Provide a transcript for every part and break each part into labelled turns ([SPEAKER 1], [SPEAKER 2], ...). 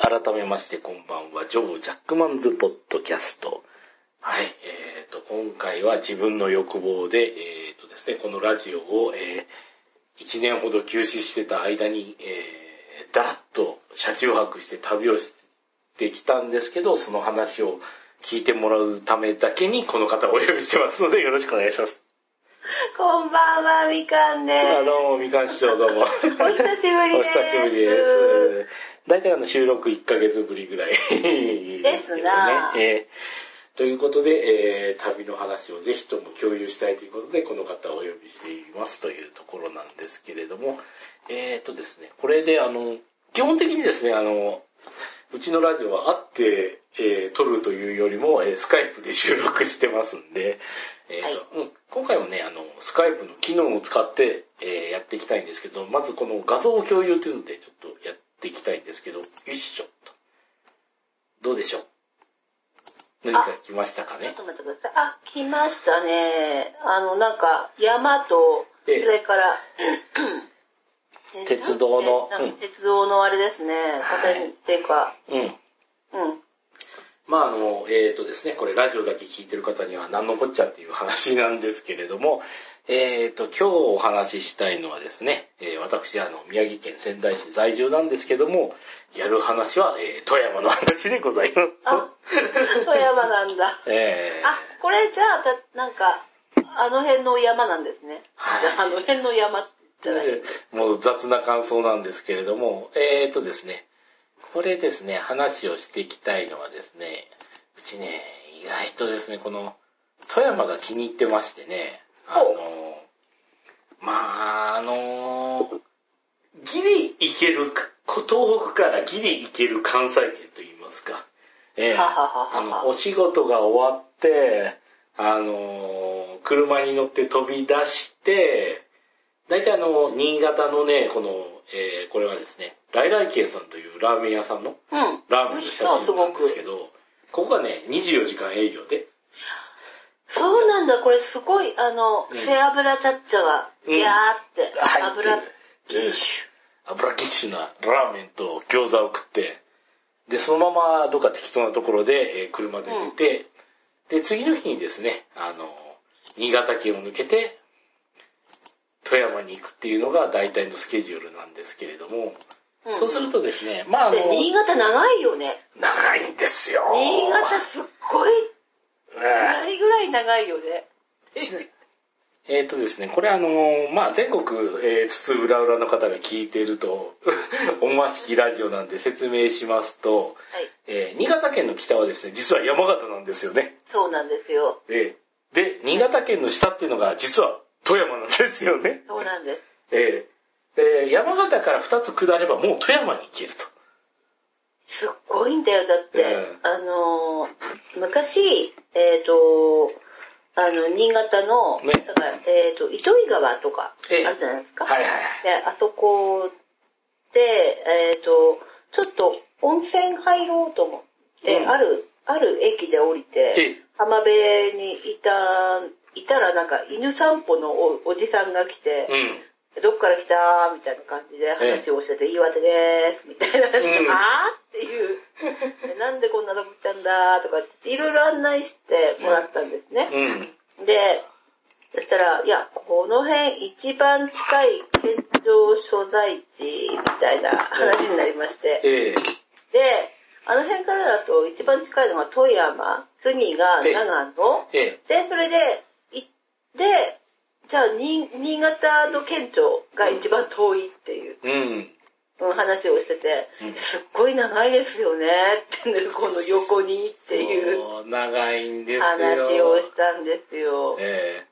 [SPEAKER 1] 改めましてこんばんは、ジョー・ジャックマンズ・ポッドキャスト。はい、えっ、と、今回は自分の欲望で、えっ、とですね、このラジオを、えー、1年ほど休止してた間に、えー、だらっと車中泊して旅をしてきたんですけど、その話を聞いてもらうためだけに、この方をお呼びしてますので、よろしくお願いします。
[SPEAKER 2] こんばんは、みかんで
[SPEAKER 1] あ、
[SPEAKER 2] す。
[SPEAKER 1] どうも、みかん市長どうも。
[SPEAKER 2] お久しぶり
[SPEAKER 1] お
[SPEAKER 2] です。
[SPEAKER 1] 久しぶりです。大体あの収録1ヶ月ぶりぐら いですけどね。
[SPEAKER 2] すな
[SPEAKER 1] えーということで、えー旅の話をぜひとも共有したいということで、この方をお呼びしていますというところなんですけれども、えーとですね、これであの、基本的にですね、あの、うちのラジオは会って、えー撮るというよりも、えースカイプで収録してますんで、えー
[SPEAKER 2] はい
[SPEAKER 1] とうん今回もね、あの、スカイプの機能を使って、えーやっていきたいんですけど、まずこの画像共有というので、ちょっとやっていきたいんですけど、よいしょっと。どうでしょう何か来ましたか
[SPEAKER 2] ちょ
[SPEAKER 1] ね
[SPEAKER 2] っと待ってください。あ、来ましたね。あの、なんか、山と、そ
[SPEAKER 1] ええ
[SPEAKER 2] れから、え
[SPEAKER 1] 鉄道の
[SPEAKER 2] なん
[SPEAKER 1] うん
[SPEAKER 2] か鉄道のあれですね。
[SPEAKER 1] はい
[SPEAKER 2] 形っていうか、
[SPEAKER 1] うん。
[SPEAKER 2] うん。
[SPEAKER 1] まああの、えっ、とですね、これラジオだけ聞いてる方には何のこっちゃっていう話なんですけれども、 えっ、と、今日お話ししたいのはですね、えー私、あの、宮城県仙台市在住なんですけども、やる話は、えー富山の話でございま
[SPEAKER 2] あ、 富山なんだ。
[SPEAKER 1] す。えー
[SPEAKER 2] あ、これじゃあ、たなんか、あの辺の山なんですね。
[SPEAKER 1] はい
[SPEAKER 2] じゃああの辺の山って言ったらいい。
[SPEAKER 1] えーもう雑な感想なんですけれども、えーとですね、これですね、話をしていきたいのはですね、うちね、意外とですね、この、富山が気に入ってましてね、あの
[SPEAKER 2] ほう、
[SPEAKER 1] まあ、あの、ギリ行けるか、東北からギリ行ける関西圏といいますか。ええ
[SPEAKER 2] はははは
[SPEAKER 1] あの、お仕事が終わって、あの、車に乗って飛び出して、大体あの、新潟のね、この、えーこれはですね、ライライケイさんというラーメン屋さんの
[SPEAKER 2] うん。
[SPEAKER 1] ラーメンの写真なんですけ
[SPEAKER 2] そうすごく
[SPEAKER 1] ど、ここがね、24時間営業で、
[SPEAKER 2] そうなんだ、これすごい、あの、
[SPEAKER 1] うん
[SPEAKER 2] 背脂ちゃっちゃが、
[SPEAKER 1] うん
[SPEAKER 2] ギャーって、
[SPEAKER 1] 入ってる
[SPEAKER 2] 油、キッシ
[SPEAKER 1] 油キッシュなラーメンと餃子を食って、で、そのままどっか適当なところで、えー車で出て、で、次の日にですね、あの、新潟県を抜けて、富山に行くっていうのが大体のスケジュールなんですけれども、
[SPEAKER 2] ュ。ん
[SPEAKER 1] そうするとですね、まああの、
[SPEAKER 2] で、新潟長いよね。
[SPEAKER 1] 長いんですよ。
[SPEAKER 2] 新潟すっごい、
[SPEAKER 1] ね
[SPEAKER 2] 何ぐらい長いよね。
[SPEAKER 1] ええーとですね、これあのーまあ、全国、えー、津々浦々の方が聞いてると、 思わしきラジオなんで説明しますと、
[SPEAKER 2] はい。
[SPEAKER 1] えー新潟県の北はですね、実は山形なんですよね。
[SPEAKER 2] そうなんですよ。
[SPEAKER 1] えーで、新潟県の下っていうのが実は富山なんですよね。
[SPEAKER 2] そうなんです。
[SPEAKER 1] えーで、山形から2つ下ればもう富山に行けると。
[SPEAKER 2] すっごいんだよ、だって。
[SPEAKER 1] うん
[SPEAKER 2] あのー、昔、えっ、と、あの、新潟の、
[SPEAKER 1] ね
[SPEAKER 2] だから、えっ、と、糸魚川とか、あ
[SPEAKER 1] ええ
[SPEAKER 2] るじゃないですか。
[SPEAKER 1] はいはいはい。
[SPEAKER 2] で、あそこで、えっ、と、ちょっと温泉入ろうと思って、
[SPEAKER 1] うん
[SPEAKER 2] ある、ある駅で降り
[SPEAKER 1] ええ
[SPEAKER 2] て、浜辺にいた、いたらなんか犬散歩のおおじさんが来
[SPEAKER 1] う
[SPEAKER 2] て、
[SPEAKER 1] ん。
[SPEAKER 2] どっから来たみたいな感じで話をしてて、岩手です、みたいな話で、
[SPEAKER 1] うん
[SPEAKER 2] あーっていう。でなんでこんなとこ来たんだとかって言って、いろいろ案内してもらったんですね。
[SPEAKER 1] うん。
[SPEAKER 2] で、そしたら、いや、この辺一番近い県庁所在地みたいな話になりまして。
[SPEAKER 1] えー
[SPEAKER 2] で、あの辺からだと一番近いのが富山、次が長野。
[SPEAKER 1] え
[SPEAKER 2] で、それで、いで、じゃあ、に新潟の県庁が一番遠いっていう、
[SPEAKER 1] ーうん。
[SPEAKER 2] うん話をしてて、
[SPEAKER 1] うん
[SPEAKER 2] すっごい長いですよねって、この横にっていう
[SPEAKER 1] そう長いんですよ。
[SPEAKER 2] 話をしたんですよ。
[SPEAKER 1] え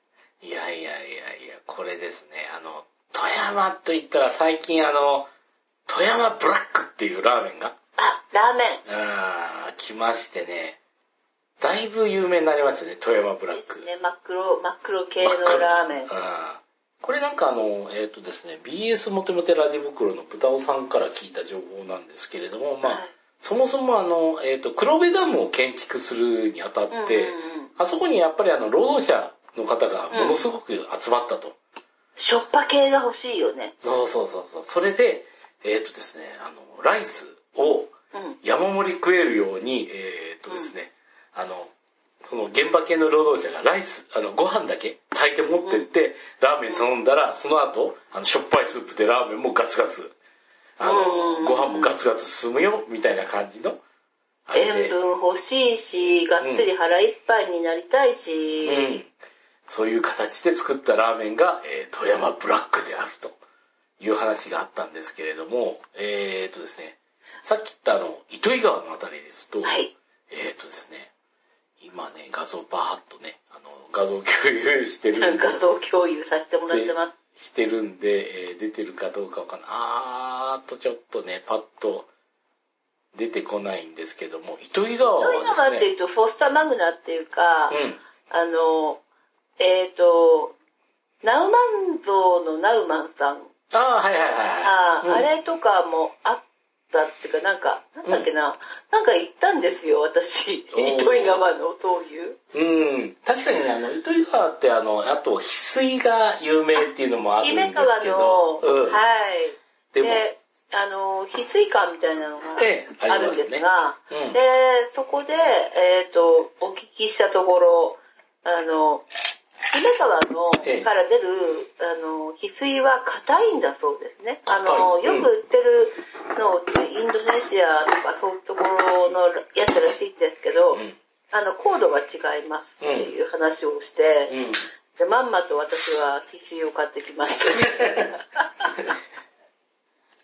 [SPEAKER 1] えいやいやいやいや、これですね、あの、富山と言ったら最近あの、富山ブラックっていうラーメンが、
[SPEAKER 2] あ、ラーメン。
[SPEAKER 1] あー来ましてね、だいぶ有名になりましたね、富山ブラッ
[SPEAKER 2] です
[SPEAKER 1] ク。
[SPEAKER 2] ね、真っ黒、真っ黒系のラーメン。
[SPEAKER 1] あーこれなんかあの、えっ、とですね、BS モテモテラディ袋の豚尾さんから聞いた情報なんですけれども、まあ、
[SPEAKER 2] はい
[SPEAKER 1] そもそもあの、えっ、と、黒部ダムを建築するにあたって、
[SPEAKER 2] うんうんうん
[SPEAKER 1] あそこにやっぱりあの、労働者の方がものすごく集まったと。
[SPEAKER 2] しょっぱ系が欲しいよね。
[SPEAKER 1] そうそうそうそう。それで、えっ、とですね、あの、ライスを、
[SPEAKER 2] うん。
[SPEAKER 1] 山盛り食えるように、えーっとですね、あの、その現場系の労働者がライス、あの、ご飯だけ炊いて持ってって、ラーメン頼んだら、その後、あの、しょっぱいスープでラーメンもガツガツ、あ
[SPEAKER 2] うん
[SPEAKER 1] の、ご飯もガツガツ進むよ、みたいな感じの、あれで
[SPEAKER 2] 塩分欲しいし、がっつり腹いっぱいになりたいし、
[SPEAKER 1] うん。そういう形で作ったラーメンが、えー富山ブラックであるという話があったんですけれども、えー、とですね、さっき言ったあの、糸魚川のあたりですと、
[SPEAKER 2] はい。
[SPEAKER 1] えー、とですね、今ね、画像バーっとね、あの、画像共有してるんで、
[SPEAKER 2] 画像共有させてもらってます。
[SPEAKER 1] してるんで、えー出てるかどうかわかんない。あーっとちょっとね、パッと出てこないんですけども、糸魚川
[SPEAKER 2] そういうのが
[SPEAKER 1] は
[SPEAKER 2] あっ
[SPEAKER 1] です
[SPEAKER 2] てい
[SPEAKER 1] ね、
[SPEAKER 2] うと、フォスターマグナっていうか、
[SPEAKER 1] うん。
[SPEAKER 2] あの、えっ、と、ナウマンゾウのナウマンさん。
[SPEAKER 1] あー、はいはいはい
[SPEAKER 2] あ,、
[SPEAKER 1] はい。うん
[SPEAKER 2] あれとかもあったっていうか、なんか、なんだっけな、なんか行ったんですよ、私。
[SPEAKER 1] おー
[SPEAKER 2] 糸魚川の闘牛。
[SPEAKER 1] うん。確かにね、あの、糸魚川ってあの、あと、翡翠が有名っていうのもあるんです
[SPEAKER 2] 姫
[SPEAKER 1] けど。
[SPEAKER 2] 川の、
[SPEAKER 1] うん。
[SPEAKER 2] はい。
[SPEAKER 1] で
[SPEAKER 2] で
[SPEAKER 1] も、
[SPEAKER 2] あの、翡翠館みたいなのが
[SPEAKER 1] ええあ
[SPEAKER 2] あ
[SPEAKER 1] りま
[SPEAKER 2] るん
[SPEAKER 1] すね
[SPEAKER 2] ですが、
[SPEAKER 1] うん
[SPEAKER 2] で、そこで、えっ、と、お聞きしたところ、あの、姫川の、
[SPEAKER 1] ええ
[SPEAKER 2] から出る、あの、翡翠は硬いんだそうですね。あの、
[SPEAKER 1] 硬いうん
[SPEAKER 2] よく売ってるのって、インドネシアとかそういうところのやつらしいんですけど、
[SPEAKER 1] うん
[SPEAKER 2] あの、高度が違いますっていう話をして、
[SPEAKER 1] うん。
[SPEAKER 2] で、まんまと私は翡翠を買ってきました。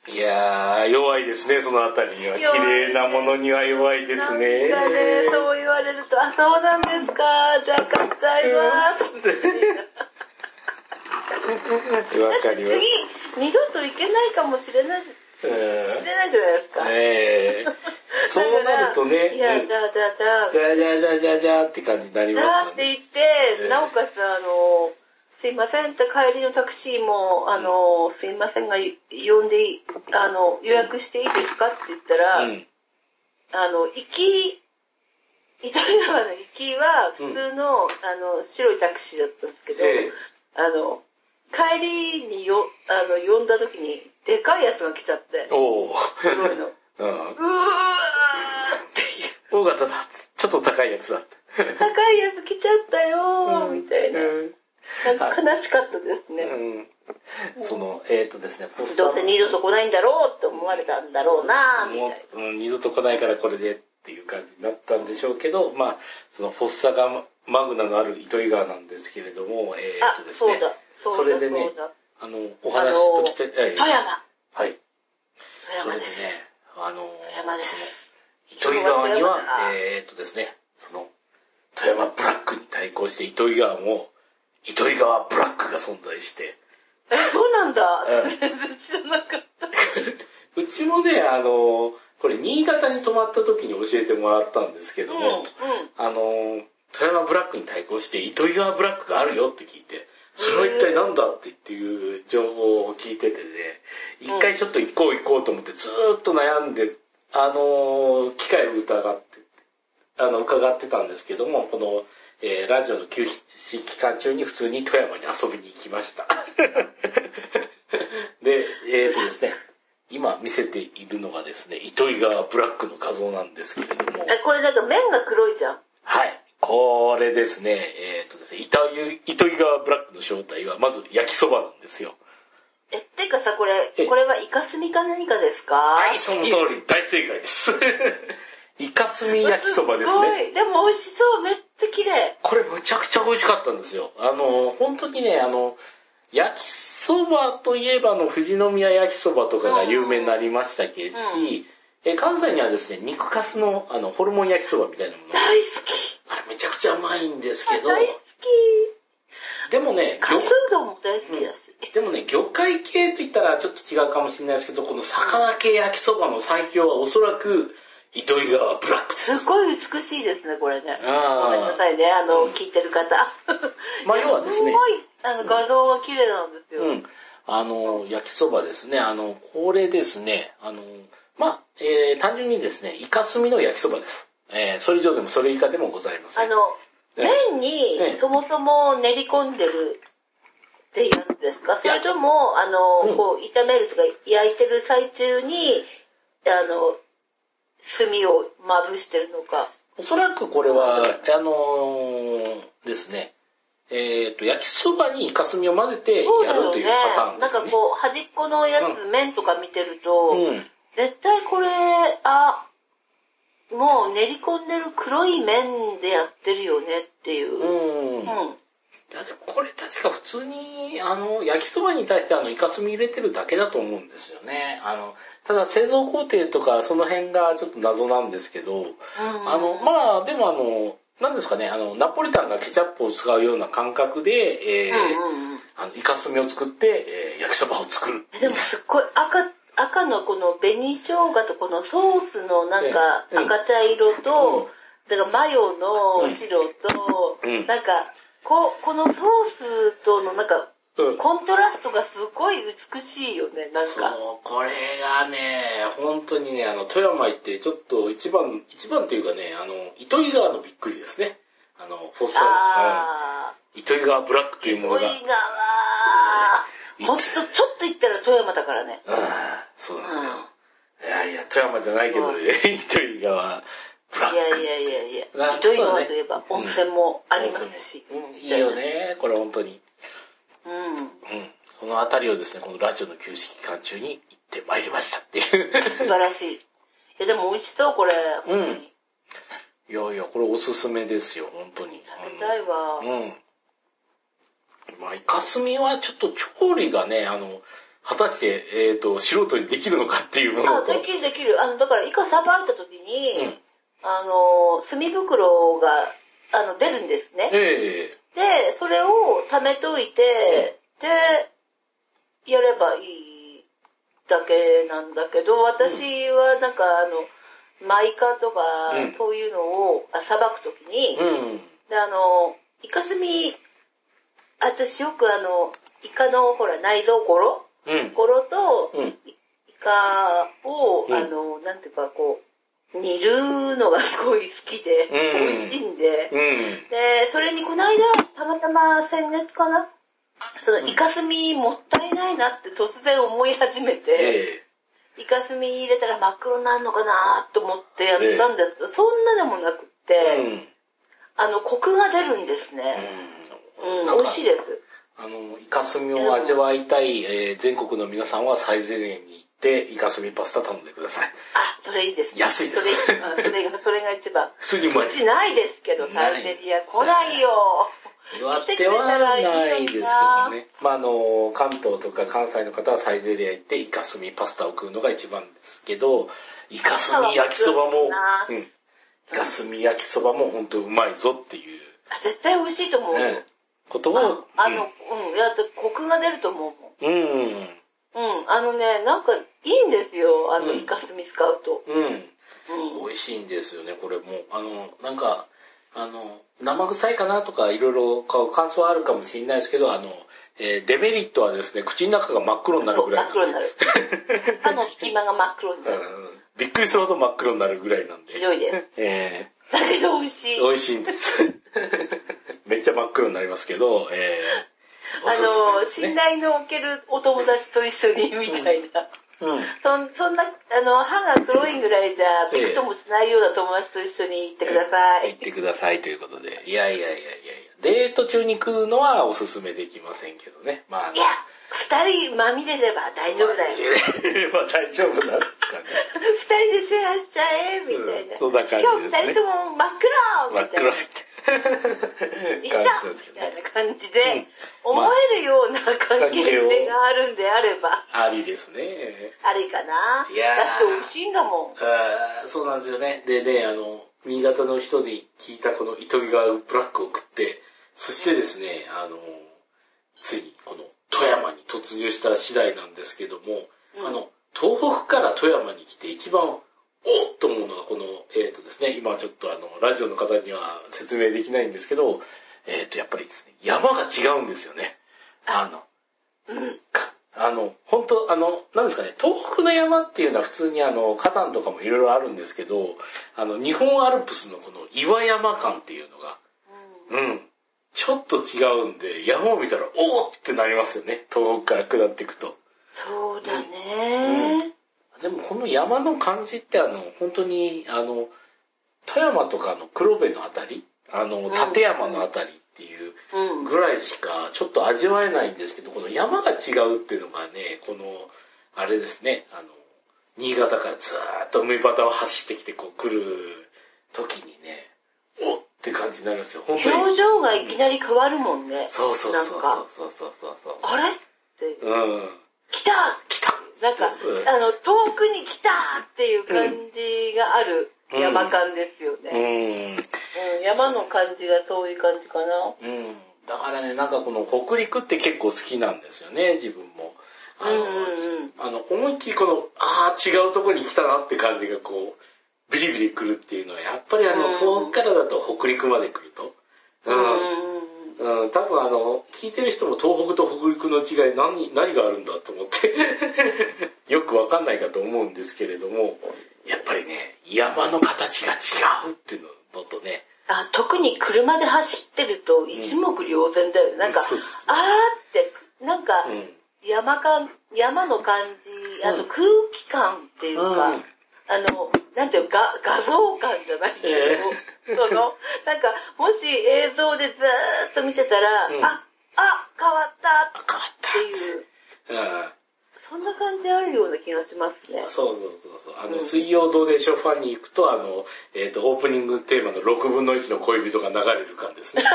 [SPEAKER 1] いやー、弱いですね、そのあたりには。綺
[SPEAKER 2] 弱い
[SPEAKER 1] 麗なものには弱いですね。
[SPEAKER 2] なんかね、そう言われると、あ、そうなんですか、じゃあ買っちゃいます。
[SPEAKER 1] わかります。
[SPEAKER 2] 次、二度と行けないかもしれない、し
[SPEAKER 1] うん。ね
[SPEAKER 2] れないじゃないですか。
[SPEAKER 1] え。そうなるとね、
[SPEAKER 2] だからいや、
[SPEAKER 1] うん
[SPEAKER 2] じゃあじゃあじゃあ、
[SPEAKER 1] じゃじゃじゃじゃじゃって感じになり
[SPEAKER 2] じ
[SPEAKER 1] ま
[SPEAKER 2] ゃあ
[SPEAKER 1] す
[SPEAKER 2] っ
[SPEAKER 1] よ
[SPEAKER 2] て
[SPEAKER 1] ね。
[SPEAKER 2] 言って、なおかつ、あの、すいませんって帰りのタクシーも、あの、すいませんが、呼んでいい、あの、予約していいですかって言ったら、
[SPEAKER 1] うん。
[SPEAKER 2] あの、行き、糸魚川の行きは普通の、あの、白いタクシーだったんですけど、
[SPEAKER 1] ええ
[SPEAKER 2] あの、帰りによ、あの、呼んだ時に、でかいやつが来ちゃって、
[SPEAKER 1] おー。
[SPEAKER 2] 黒いの。う
[SPEAKER 1] うん。
[SPEAKER 2] ーっていう、
[SPEAKER 1] 大型だ。ちょっと高いやつだ。
[SPEAKER 2] 高いやつ来ちゃったよー、みたいな。
[SPEAKER 1] うん
[SPEAKER 2] なんか悲しかったです ね。
[SPEAKER 1] うん。その、えっ、とですね、ポスター
[SPEAKER 2] どうせ二度と来ないんだろうって思われたんだろうなー、みたい
[SPEAKER 1] も
[SPEAKER 2] な。
[SPEAKER 1] う、うん、二度と来ないからこれでっていう感じになったんでしょうけど、まあ、そのフォッサガマグナのある糸魚川なんですけれども、えー、っと
[SPEAKER 2] あ、
[SPEAKER 1] です
[SPEAKER 2] そう
[SPEAKER 1] ね、
[SPEAKER 2] だ、そうだ、
[SPEAKER 1] それでね
[SPEAKER 2] そうだ。
[SPEAKER 1] あの、お話ときて、
[SPEAKER 2] あの
[SPEAKER 1] え
[SPEAKER 2] 富
[SPEAKER 1] ー
[SPEAKER 2] 山。
[SPEAKER 1] はい、
[SPEAKER 2] 富
[SPEAKER 1] そ
[SPEAKER 2] 山
[SPEAKER 1] れで
[SPEAKER 2] で
[SPEAKER 1] ね
[SPEAKER 2] す。、
[SPEAKER 1] あの、
[SPEAKER 2] 富山です。
[SPEAKER 1] その糸魚川には
[SPEAKER 2] 富山だ、
[SPEAKER 1] えー、っとですね、その、富山ブラックに対抗して糸魚川も、糸魚川ブラックが存在して、
[SPEAKER 2] え、そうなんだ。
[SPEAKER 1] うん
[SPEAKER 2] 全然知らなかった。
[SPEAKER 1] うちもね、あの、これ新潟に泊まった時に教えてもらったんですけど
[SPEAKER 2] うん、
[SPEAKER 1] も、
[SPEAKER 2] うん。
[SPEAKER 1] あのー、富山ブラックに対抗して糸魚川ブラックがあるよって聞いて、それは一体なんだってっていう情報を聞いててね、
[SPEAKER 2] うん
[SPEAKER 1] 一回ちょっと行こう行こうと思ってずーっと悩んで、あのー、機会を疑って、あの、伺ってたんですけども、この、えーラジオの休止期間中に普通に富山に遊びに行きました。で、えーとですね、今見せているのがですね、糸魚川ブラックの画像なんですけれども。
[SPEAKER 2] え、これなんか麺が黒いじゃん。
[SPEAKER 1] はい。これですね、えっ、とですね、糸魚糸魚川ブラックの正体は、まず焼きそばなんですよ。
[SPEAKER 2] え、てかさ、これ
[SPEAKER 1] え、
[SPEAKER 2] これはイカスミか何かですか
[SPEAKER 1] はい、その通り、大正解 です。イカスミ焼きそばです
[SPEAKER 2] ご
[SPEAKER 1] ね。
[SPEAKER 2] い。でも美味しそう。めっちゃ綺麗。
[SPEAKER 1] これむちゃくちゃ美味しかったんですよ。あの、本当にね、あの、焼きそばといえばあの富士宮焼きそばとかが有名になりましたけど、
[SPEAKER 2] うんうん
[SPEAKER 1] え関西にはですね、肉かすのあのホルモン焼きそばみたいなものが。
[SPEAKER 2] 大好き。
[SPEAKER 1] あれめちゃくちゃうまいんですけど、
[SPEAKER 2] 大好
[SPEAKER 1] でもね
[SPEAKER 2] き。、カツうどんも大好きだし。
[SPEAKER 1] でもね、魚介系と言ったらちょっと違うかもしれないですけど、この魚系焼きそばの最強はおそらく、糸魚川ブラックです。
[SPEAKER 2] すごい美しいですね、これね。ごめんな
[SPEAKER 1] あ
[SPEAKER 2] さいね、あの、聞いてる方。
[SPEAKER 1] まあ要はですね
[SPEAKER 2] すごい、あの、画像が綺麗なんです
[SPEAKER 1] ー
[SPEAKER 2] よ。
[SPEAKER 1] うん。あの、焼きそばですね。あの、これですね。あの、まあ、えー、単純にですね、イカスミの焼きそばです。えー、それ以上でもそれ以下でもございませ
[SPEAKER 2] あ
[SPEAKER 1] ん。
[SPEAKER 2] の、
[SPEAKER 1] え
[SPEAKER 2] 麺
[SPEAKER 1] ええ
[SPEAKER 2] にそもそも練り込んでるっていうやつですかそれとも、あ
[SPEAKER 1] う
[SPEAKER 2] の、
[SPEAKER 1] ん
[SPEAKER 2] こう、炒めるとか焼いてる最中に、あの、炭をまぶしてるのか。
[SPEAKER 1] おそらくこれは、あのーですね、えっ、と、焼きそばにイカスミを混ぜて
[SPEAKER 2] そう
[SPEAKER 1] や
[SPEAKER 2] だ
[SPEAKER 1] る
[SPEAKER 2] よ
[SPEAKER 1] とい
[SPEAKER 2] ね
[SPEAKER 1] うパターン。
[SPEAKER 2] な
[SPEAKER 1] で
[SPEAKER 2] ん
[SPEAKER 1] す
[SPEAKER 2] か
[SPEAKER 1] ね。
[SPEAKER 2] こう、端っこのやつ、
[SPEAKER 1] う
[SPEAKER 2] 麺とか見てると、
[SPEAKER 1] うん。
[SPEAKER 2] 絶対これ、あ、もう練り込んでる黒い麺でやってるよねっていう。う
[SPEAKER 1] うん。
[SPEAKER 2] ん。
[SPEAKER 1] いや、でもこれ確か普通に、あの、焼きそばに対してあの、イカスミ入れてるだけだと思うんですよね。あの、ただ製造工程とかその辺がちょっと謎なんですけど、あの、
[SPEAKER 2] ま
[SPEAKER 1] まあ、でもあの、なんですかね、あの、ナポリタンがケチャップを使うような感覚で、えー
[SPEAKER 2] うんうんうん
[SPEAKER 1] あの、イカスミを作って、えー焼きそばを作る。
[SPEAKER 2] でもすっごい赤、赤のこの紅生姜とこのソースのなんか
[SPEAKER 1] ええうん
[SPEAKER 2] 赤茶色と、だからマヨの白と、
[SPEAKER 1] うん
[SPEAKER 2] なんか、こ、このソースとのなんか、
[SPEAKER 1] うん
[SPEAKER 2] コントラストがすごい美しいよね、なん
[SPEAKER 1] そう
[SPEAKER 2] か。、
[SPEAKER 1] これがね、本当にね、あの、富山行って、ちょっと一番、一番というかね、あの、糸魚川のびっくりですね。あの、フォッサル、
[SPEAKER 2] あ
[SPEAKER 1] うん糸魚川ブラックという
[SPEAKER 2] ー、
[SPEAKER 1] もの
[SPEAKER 2] 糸魚
[SPEAKER 1] が。
[SPEAKER 2] 川
[SPEAKER 1] うん、。
[SPEAKER 2] ほんと、ちょっと行ったら富山だからね。
[SPEAKER 1] そう
[SPEAKER 2] う
[SPEAKER 1] なん
[SPEAKER 2] ん。
[SPEAKER 1] ですよ。いやいや、富山じゃないけど、
[SPEAKER 2] うん
[SPEAKER 1] 糸魚川ブラッ
[SPEAKER 2] い
[SPEAKER 1] ク。
[SPEAKER 2] やいやいやいや
[SPEAKER 1] な。
[SPEAKER 2] 糸魚川といえ
[SPEAKER 1] そう
[SPEAKER 2] ば
[SPEAKER 1] ね
[SPEAKER 2] 温泉もありますし。
[SPEAKER 1] うんいいよ。ね、これ本当に。
[SPEAKER 2] うん。
[SPEAKER 1] うん。このあたりをですね、このラジオの休止期間中に行ってまいりましたっていう。
[SPEAKER 2] 素晴らしい。いや、でも美味しそう、これ。
[SPEAKER 1] うん
[SPEAKER 2] 本当に
[SPEAKER 1] いやいや、これおすすめですよ、本当に。
[SPEAKER 2] 食べたいわ。
[SPEAKER 1] うん。まあ、イカスミはちょっと調理がね、あの、果たして、えっ、と、素人にできるのかっていうもの
[SPEAKER 2] あ、
[SPEAKER 1] と。
[SPEAKER 2] できるできる。あの、だから、イカさばいた時に、
[SPEAKER 1] うん
[SPEAKER 2] あの、墨袋が、あの、出るんですね。
[SPEAKER 1] ええ
[SPEAKER 2] で、それを溜めといて、で、やればいいだけなんだけど、私はなんか、あの、マイカとか
[SPEAKER 1] うん、
[SPEAKER 2] そういうのを、あさばくときに、
[SPEAKER 1] うん。
[SPEAKER 2] で、あの、イカスミ、私よくあの、イカのほら内臓ゴロ
[SPEAKER 1] うん。
[SPEAKER 2] ゴロと、
[SPEAKER 1] うん。
[SPEAKER 2] イカを、
[SPEAKER 1] うん
[SPEAKER 2] あの、なんていうかこう、煮るのがすごい好きで、
[SPEAKER 1] うん
[SPEAKER 2] 美味しいんで、
[SPEAKER 1] うん。
[SPEAKER 2] で、それにこの間、たまたま先月かな、そのイカスミもったいないなって突然思い始めて、
[SPEAKER 1] え
[SPEAKER 2] イカスミ入れたら真っ黒になるのかなと思ってやったんですけど、そんなでもなくっ
[SPEAKER 1] えう
[SPEAKER 2] て、
[SPEAKER 1] ん。
[SPEAKER 2] あの、コクが出るんですね。
[SPEAKER 1] うん。
[SPEAKER 2] うん、美味しい
[SPEAKER 1] で
[SPEAKER 2] です。
[SPEAKER 1] あの、イカスミを味わいたい、えー全国の皆さんは最前列に行って、イカスミパスタ頼んでください。
[SPEAKER 2] あ、それいいですね。
[SPEAKER 1] 安いです
[SPEAKER 2] それあそれが、それが一番。
[SPEAKER 1] 普通にうまいうです
[SPEAKER 2] ち。ないですけど、
[SPEAKER 1] ない
[SPEAKER 2] サイゼリア来ないよ。
[SPEAKER 1] 岩手はないですけどね。まあ、あの、関東とか関西の方はサイゼリア行ってイカスミパスタを食うのが一番ですけど、イカスミ焼きそばも、うん。イカスミ焼きそばも本当うまいぞってい
[SPEAKER 2] あ絶対美味しいと思う。
[SPEAKER 1] う、ね、ことを、
[SPEAKER 2] ああの、うん、いや、だってコクが出ると思うもん。
[SPEAKER 1] うん、うん、
[SPEAKER 2] うん、あのね、なんかいいんですよ、あの、
[SPEAKER 1] うん
[SPEAKER 2] イカスミ使うと。
[SPEAKER 1] うん。
[SPEAKER 2] うん。
[SPEAKER 1] 美味しいんですよね、これも。あの、なんか、あの、生臭いかなとかいろいろ感想はあるかもしれないですけど、あの、えーデメリットはですね、口の中が真っ黒になる
[SPEAKER 2] そう
[SPEAKER 1] ぐらい
[SPEAKER 2] 真
[SPEAKER 1] な
[SPEAKER 2] っ
[SPEAKER 1] んで
[SPEAKER 2] 黒に なる。歯の隙間が真っ黒になる。
[SPEAKER 1] うんびっくりするほど真っ黒になるぐらいなんで。
[SPEAKER 2] ひどいです。
[SPEAKER 1] え
[SPEAKER 2] だけど美味しい。
[SPEAKER 1] ー、美味しいんです。 めっちゃ真っ黒になりますけど、えー、おすす
[SPEAKER 2] あの、
[SPEAKER 1] めです
[SPEAKER 2] 信
[SPEAKER 1] ね
[SPEAKER 2] 頼のおけるお友達と一緒に、みたいな。そんそんな、あの、歯が黒いぐらいじゃ、びくともしないような友達と一緒に行ってくださ
[SPEAKER 1] うん。行
[SPEAKER 2] い
[SPEAKER 1] っ。てくださいということで。いやいやいやいやいやデート中に食うのはおすすめできませんけどね。まあ、あの
[SPEAKER 2] いや、二人まみれれば大丈夫だよ。
[SPEAKER 1] まあ大丈夫なんですかね。
[SPEAKER 2] 二人でシェアしちゃえ、みたいな。
[SPEAKER 1] うんそんな感じですね
[SPEAKER 2] 今日二人とも真
[SPEAKER 1] 真
[SPEAKER 2] っ黒
[SPEAKER 1] っ
[SPEAKER 2] みたい
[SPEAKER 1] 黒み。
[SPEAKER 2] な
[SPEAKER 1] たいな感じ
[SPEAKER 2] 一緒
[SPEAKER 1] なんですけ
[SPEAKER 2] み
[SPEAKER 1] ど
[SPEAKER 2] たい
[SPEAKER 1] ね。
[SPEAKER 2] な感じ
[SPEAKER 1] う
[SPEAKER 2] で
[SPEAKER 1] ん、
[SPEAKER 2] 思えるような関係性があるんであれば、
[SPEAKER 1] ありですね。
[SPEAKER 2] あれかな。
[SPEAKER 1] いやー
[SPEAKER 2] だって美味しいんだもん。
[SPEAKER 1] あーそうなんですよね。でね、あの、新潟の人に聞いたこの糸魚川ブラックを食って、そしてですね、あの、ついにこの富山に突入した次第なんですけども、
[SPEAKER 2] うん
[SPEAKER 1] あの、東北から富山に来て一番、おっと思うのがこの、えっ、とですね、今ちょっとあの、ラジオの方には説明できないんですけど、えっ、と、やっぱりですね、山が違うんですよね。あの、
[SPEAKER 2] うん。
[SPEAKER 1] あの、本当あの、なんですかね、東北の山っていうのは普通にあの、火山とかもいろいろあるんですけど、あの、日本アルプスのこの岩山感っていうのが、うん、ちょっと違うんで、山を見たら、おーってなりますよね、東北から下っていくと。
[SPEAKER 2] そうだね
[SPEAKER 1] うでもこの山の感じってあの、本当に、あの、富山とかの黒部のあたり、あの、立山のあたりっていう
[SPEAKER 2] うん。
[SPEAKER 1] ぐらいしかちょっと味わえないんですけど、この山が違うっていうのがね、この、あれですね、あの、新潟からずーっと海端を走ってきてこう来る時にね、おっって感じになるんですよ。本当に。
[SPEAKER 2] 表情がいきなり変わるもんね。
[SPEAKER 1] そうそうそう
[SPEAKER 2] な
[SPEAKER 1] そ
[SPEAKER 2] ん
[SPEAKER 1] う
[SPEAKER 2] か、
[SPEAKER 1] そうそうそうそう。
[SPEAKER 2] あれって、
[SPEAKER 1] うん。
[SPEAKER 2] 来た
[SPEAKER 1] 来た
[SPEAKER 2] なんか、
[SPEAKER 1] うん
[SPEAKER 2] あの、遠くに来たっていう感じがある
[SPEAKER 1] うん
[SPEAKER 2] 山感ですよ
[SPEAKER 1] う
[SPEAKER 2] ね。
[SPEAKER 1] ん。
[SPEAKER 2] うん、山の感じが遠い感じかな。
[SPEAKER 1] うん。だからね、なんかこの北陸って結構好きなんですよね、自分も。あの、
[SPEAKER 2] うんうんうん
[SPEAKER 1] あの思いっきりこの、あー違うとこに来たなって感じがこう、ビリビリ来るっていうのは、やっぱりあの、
[SPEAKER 2] うん
[SPEAKER 1] 遠くからだと北陸まで来ると。うん。
[SPEAKER 2] うん
[SPEAKER 1] うん、多分あの、聞いてる人も東北と北陸の違い何、何があるんだと思って、 よくわかんないかと思うんですけれども、やっぱりね、山の形が違うっていうのとね、
[SPEAKER 2] あ特に車で走ってると一目瞭然だよね。なんか
[SPEAKER 1] そうそう、
[SPEAKER 2] あーって、なんか、
[SPEAKER 1] うん。
[SPEAKER 2] 山か、山の感じ、あと
[SPEAKER 1] うん
[SPEAKER 2] 空気感っていうか、
[SPEAKER 1] うん
[SPEAKER 2] あの、なんていうの画、画像感じゃないけど、
[SPEAKER 1] え
[SPEAKER 2] その、なんか、もし映像でずーっと見てたら、
[SPEAKER 1] うん
[SPEAKER 2] あ、あ、変わったっ
[SPEAKER 1] あ、変わった
[SPEAKER 2] ていう、
[SPEAKER 1] うん。
[SPEAKER 2] そんな感じあるような気がしますね。
[SPEAKER 1] そうそうそうそう。あの、
[SPEAKER 2] うん
[SPEAKER 1] 水曜どうでしょうファンに行くと、あの、えっ、と、オープニングテーマの6分の1の恋人が流れる感ですね。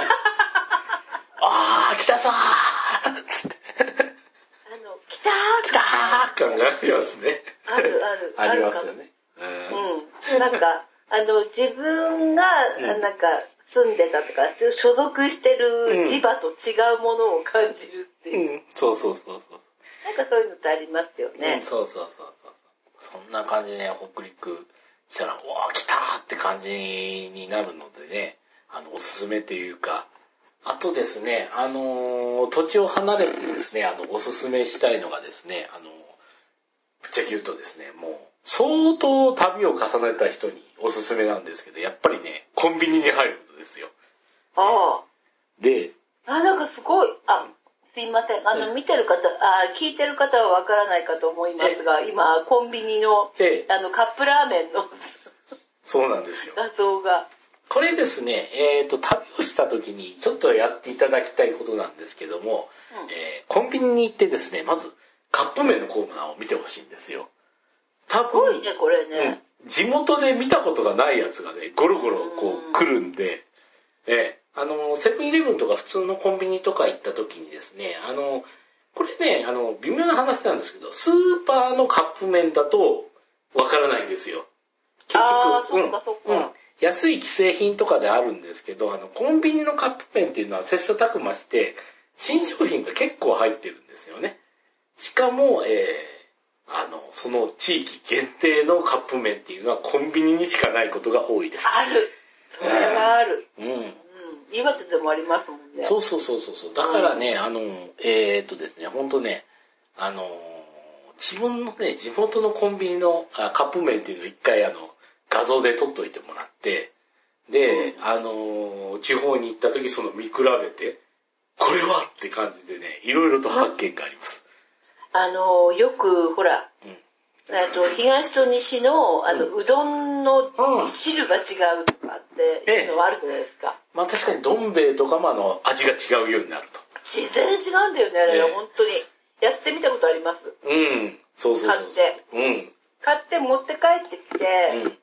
[SPEAKER 1] あー、来たぞーつって、
[SPEAKER 2] あの、来た ー
[SPEAKER 1] 来たー感がありますね。
[SPEAKER 2] あるある
[SPEAKER 1] ありますよね。
[SPEAKER 2] うん。なんか、あの、自分が、
[SPEAKER 1] うん
[SPEAKER 2] なんか、住んでたとか、所属してる地場と違うものを感じるっていう。
[SPEAKER 1] うん。うん。そうそうそうそう。
[SPEAKER 2] なんかそういうのってありますよ
[SPEAKER 1] うん
[SPEAKER 2] ね。
[SPEAKER 1] そうそうそうそう。そんな感じで、ね、北陸来たら、うわー来たーって感じになるのでね、あの、おすすめというか、あとですね、あのー土地を離れてですね、あの、おすすめしたいのがですね、あのぶっちゃけ言うとですね、もう、相当旅を重ねた人におすすめなんですけど、やっぱりね、コンビニに入ることですよ。
[SPEAKER 2] あ
[SPEAKER 1] で、
[SPEAKER 2] あ。あ、なんかすごい、あ、すいません。あの、見てる方、あ聞いてる方はわからないかと思いますが、今、コンビニの、
[SPEAKER 1] ええ
[SPEAKER 2] あの、カップラーメンの
[SPEAKER 1] そうなんですよ。
[SPEAKER 2] 画像が。
[SPEAKER 1] これですね、えっ、と、旅をした時にちょっとやっていただきたいことなんですけども、
[SPEAKER 2] うん
[SPEAKER 1] えーコンビニに行ってですね、まずカップ麺のコーナーを見てほしいんですよ。多
[SPEAKER 2] すご
[SPEAKER 1] 分、
[SPEAKER 2] いね、これね。
[SPEAKER 1] うん地元で見たことがないやつがね、ゴロゴロこ
[SPEAKER 2] うん
[SPEAKER 1] う来るんで、えーあの、セブンイレブンとか普通のコンビニとか行った時にですね、あの、これね、あの、微妙な話なんですけど、スーパーのカップ麺だとわからないんですよ。結局
[SPEAKER 2] あーそっかそっか
[SPEAKER 1] うんうん安い既製品とかであるんですけど、あの、コンビニのカップ麺っていうのは切磋琢磨して、新商品が結構入ってるんですよね。しかも、えー、あの、その地域限定のカップ麺っていうのはコンビニにしかないことが多いです。
[SPEAKER 2] ある。それはある。
[SPEAKER 1] うん。
[SPEAKER 2] うん。岩手でもありますもんね。
[SPEAKER 1] そうそうそうそうそう。だからね、あの、えー、っとですね、ほんとね、あの、自分のね、地元のコンビニのあカップ麺っていうのを一回あの、画像で撮っといてもらって、で、あの、地方に行った時その見比べて、これはって感じでね、いろいろと発見があります。
[SPEAKER 2] あの、よく、ほら、
[SPEAKER 1] うん。
[SPEAKER 2] えっと、東と西の、あの、うどんの
[SPEAKER 1] うん
[SPEAKER 2] 汁が違うとかっていうのはあるじゃないですか。
[SPEAKER 1] まあ確かにどん兵衛とかもあの、味が違うようになると。
[SPEAKER 2] 自然違うんだよね、あれ
[SPEAKER 1] ね
[SPEAKER 2] は、本当に。やってみたことあります。
[SPEAKER 1] うん。そうそうそう
[SPEAKER 2] 買っ
[SPEAKER 1] そう。うん。
[SPEAKER 2] 買って持って帰ってき
[SPEAKER 1] うん
[SPEAKER 2] て、。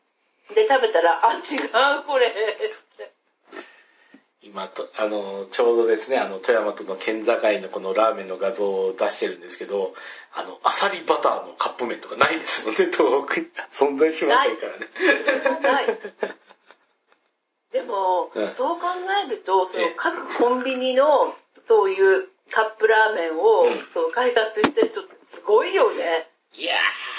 [SPEAKER 2] で、食べたら、あ、違う、これ。って
[SPEAKER 1] 今と、あの、ちょうどですね、あの、富山との県境のこのラーメンの画像を出してるんですけど、あの、アサリバターのカップ麺とかないですよね、 東北に。存在しませんからね。
[SPEAKER 2] ない。でも、
[SPEAKER 1] うん
[SPEAKER 2] そう考えると、その
[SPEAKER 1] ええ
[SPEAKER 2] 各コンビニの、そういうカップラーメンを、
[SPEAKER 1] うん
[SPEAKER 2] そう開発してる人ってすごいよね。
[SPEAKER 1] いや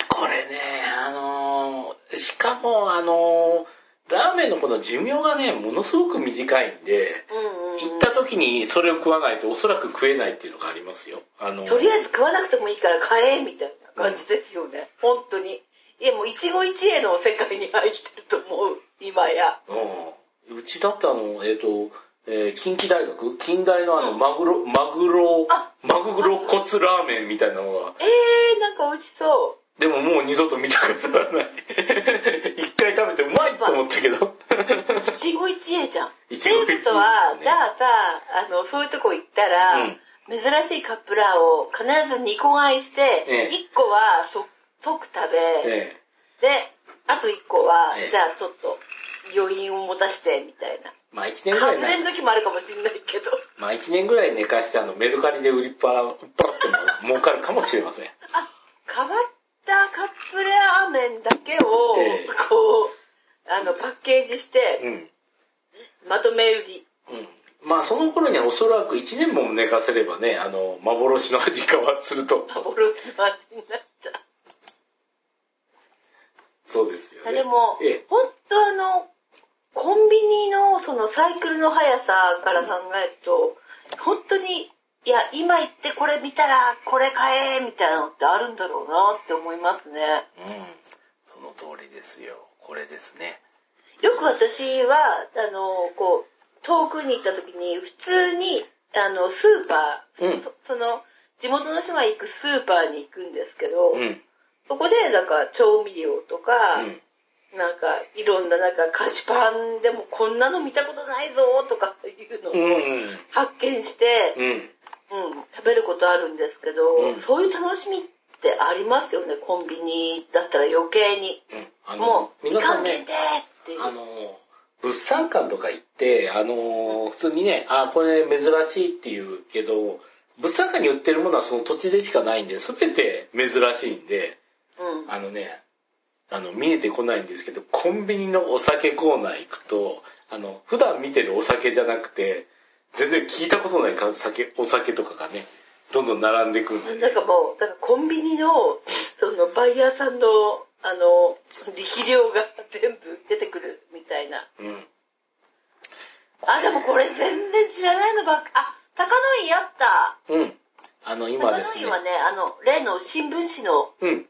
[SPEAKER 1] ー、これね、あのーしかもあのーラーメンのこの寿命がね、ものすごく短いんで、
[SPEAKER 2] うんうん、
[SPEAKER 1] 行った時にそれを食わないとおそらく食えないっていうのがありますよ。あのー
[SPEAKER 2] とりあえず食わなくてもいいから買え、みたいな感じですよね。本当に。いや、もう一期一会の世界に入ってると思う、今や。
[SPEAKER 1] うん。うちだってあの、えっ、と、えー近畿大学近大のあの、マグロ、マグロ
[SPEAKER 2] あ、
[SPEAKER 1] マグロ骨ラーメンみたいなのが、
[SPEAKER 2] えー、なんか美味しそ
[SPEAKER 1] でももう二度と見たことはない。 一回食べてうまいと思ったけ ど。
[SPEAKER 2] 一期一会じゃん。
[SPEAKER 1] 一
[SPEAKER 2] と
[SPEAKER 1] 期一
[SPEAKER 2] い
[SPEAKER 1] 会
[SPEAKER 2] うことは、
[SPEAKER 1] ですね
[SPEAKER 2] じゃあさ、あの、フーとこ行ったら、
[SPEAKER 1] うん
[SPEAKER 2] 珍しいカップラーを必ず2個買いして、
[SPEAKER 1] ええ
[SPEAKER 2] 1個はそ即食べ、
[SPEAKER 1] ええ
[SPEAKER 2] で、あと1個は、
[SPEAKER 1] ええ
[SPEAKER 2] じゃあちょっと余韻を持たして、みたいな。
[SPEAKER 1] まあ一年ぐらい
[SPEAKER 2] 外
[SPEAKER 1] な
[SPEAKER 2] れの時もあるかもしんないけど。
[SPEAKER 1] まあ一年ぐらい寝かしてあのメルカリで売りっぱら、売っ払っても儲かるかもしれません。
[SPEAKER 2] あ、変わったカップラーメンだけを、
[SPEAKER 1] ええ
[SPEAKER 2] こう、あの、パッケージして、
[SPEAKER 1] うん。
[SPEAKER 2] まとめ売り。
[SPEAKER 1] うん。まあその頃にはおそらく一年も寝かせればね、あの、幻の味変わすると。
[SPEAKER 2] 幻の味になっちゃう。
[SPEAKER 1] そうですよ
[SPEAKER 2] あ
[SPEAKER 1] ね。
[SPEAKER 2] でも
[SPEAKER 1] ええ、
[SPEAKER 2] 本当あの、コンビニのそのサイクルの速さから考えると、本当に、いや、今行ってこれ見たら、これ買え、みたいなのってあるんだろうなって思いますね。
[SPEAKER 1] うん。その通りですよ。これですね。
[SPEAKER 2] よく私は、あの、こう、遠くに行った時に、普通に、あの、スーパー、
[SPEAKER 1] うん
[SPEAKER 2] そその、地元の人が行くスーパーに行くんですけど、
[SPEAKER 1] うん。
[SPEAKER 2] そこで、なんか、調味料とか、
[SPEAKER 1] うん。
[SPEAKER 2] なんか、いろんな、なんか、菓子パンでもこんなの見たことないぞとかいうの
[SPEAKER 1] う
[SPEAKER 2] を
[SPEAKER 1] ん。
[SPEAKER 2] 発見して、
[SPEAKER 1] うん。
[SPEAKER 2] うん、食べることあるんですけど、
[SPEAKER 1] うん
[SPEAKER 2] そういう楽しみってありますよね、コンビニだったら余計に。
[SPEAKER 1] うん。あ
[SPEAKER 2] もう、み
[SPEAKER 1] 皆
[SPEAKER 2] か
[SPEAKER 1] さ
[SPEAKER 2] ん
[SPEAKER 1] んね
[SPEAKER 2] 限定、っていう。
[SPEAKER 1] あの、物産館とか行って、あの、普通にね、あ、これ珍しいっていうけど、物産館に売ってるものはその土地でしかないんで、すべて珍しいんで、
[SPEAKER 2] うん。
[SPEAKER 1] あのね、あの、見えてこないんですけど、コンビニのお酒コーナー行くと、あの、普段見てるお酒じゃなくて、全然聞いたことないか酒、お酒とかがね、どんどん並んでくるんでね、
[SPEAKER 2] なんかもう、なんかコンビニの、その、バイヤーさんの、あの、力量が全部出てくるみたいな。
[SPEAKER 1] うん。
[SPEAKER 2] あ、でもこれ全然知らないのばっか、あ、高野井あった。
[SPEAKER 1] うん。あの、今
[SPEAKER 2] 高
[SPEAKER 1] で
[SPEAKER 2] 野
[SPEAKER 1] す
[SPEAKER 2] 井
[SPEAKER 1] ね。
[SPEAKER 2] はね、あの、例の新聞紙の
[SPEAKER 1] うん。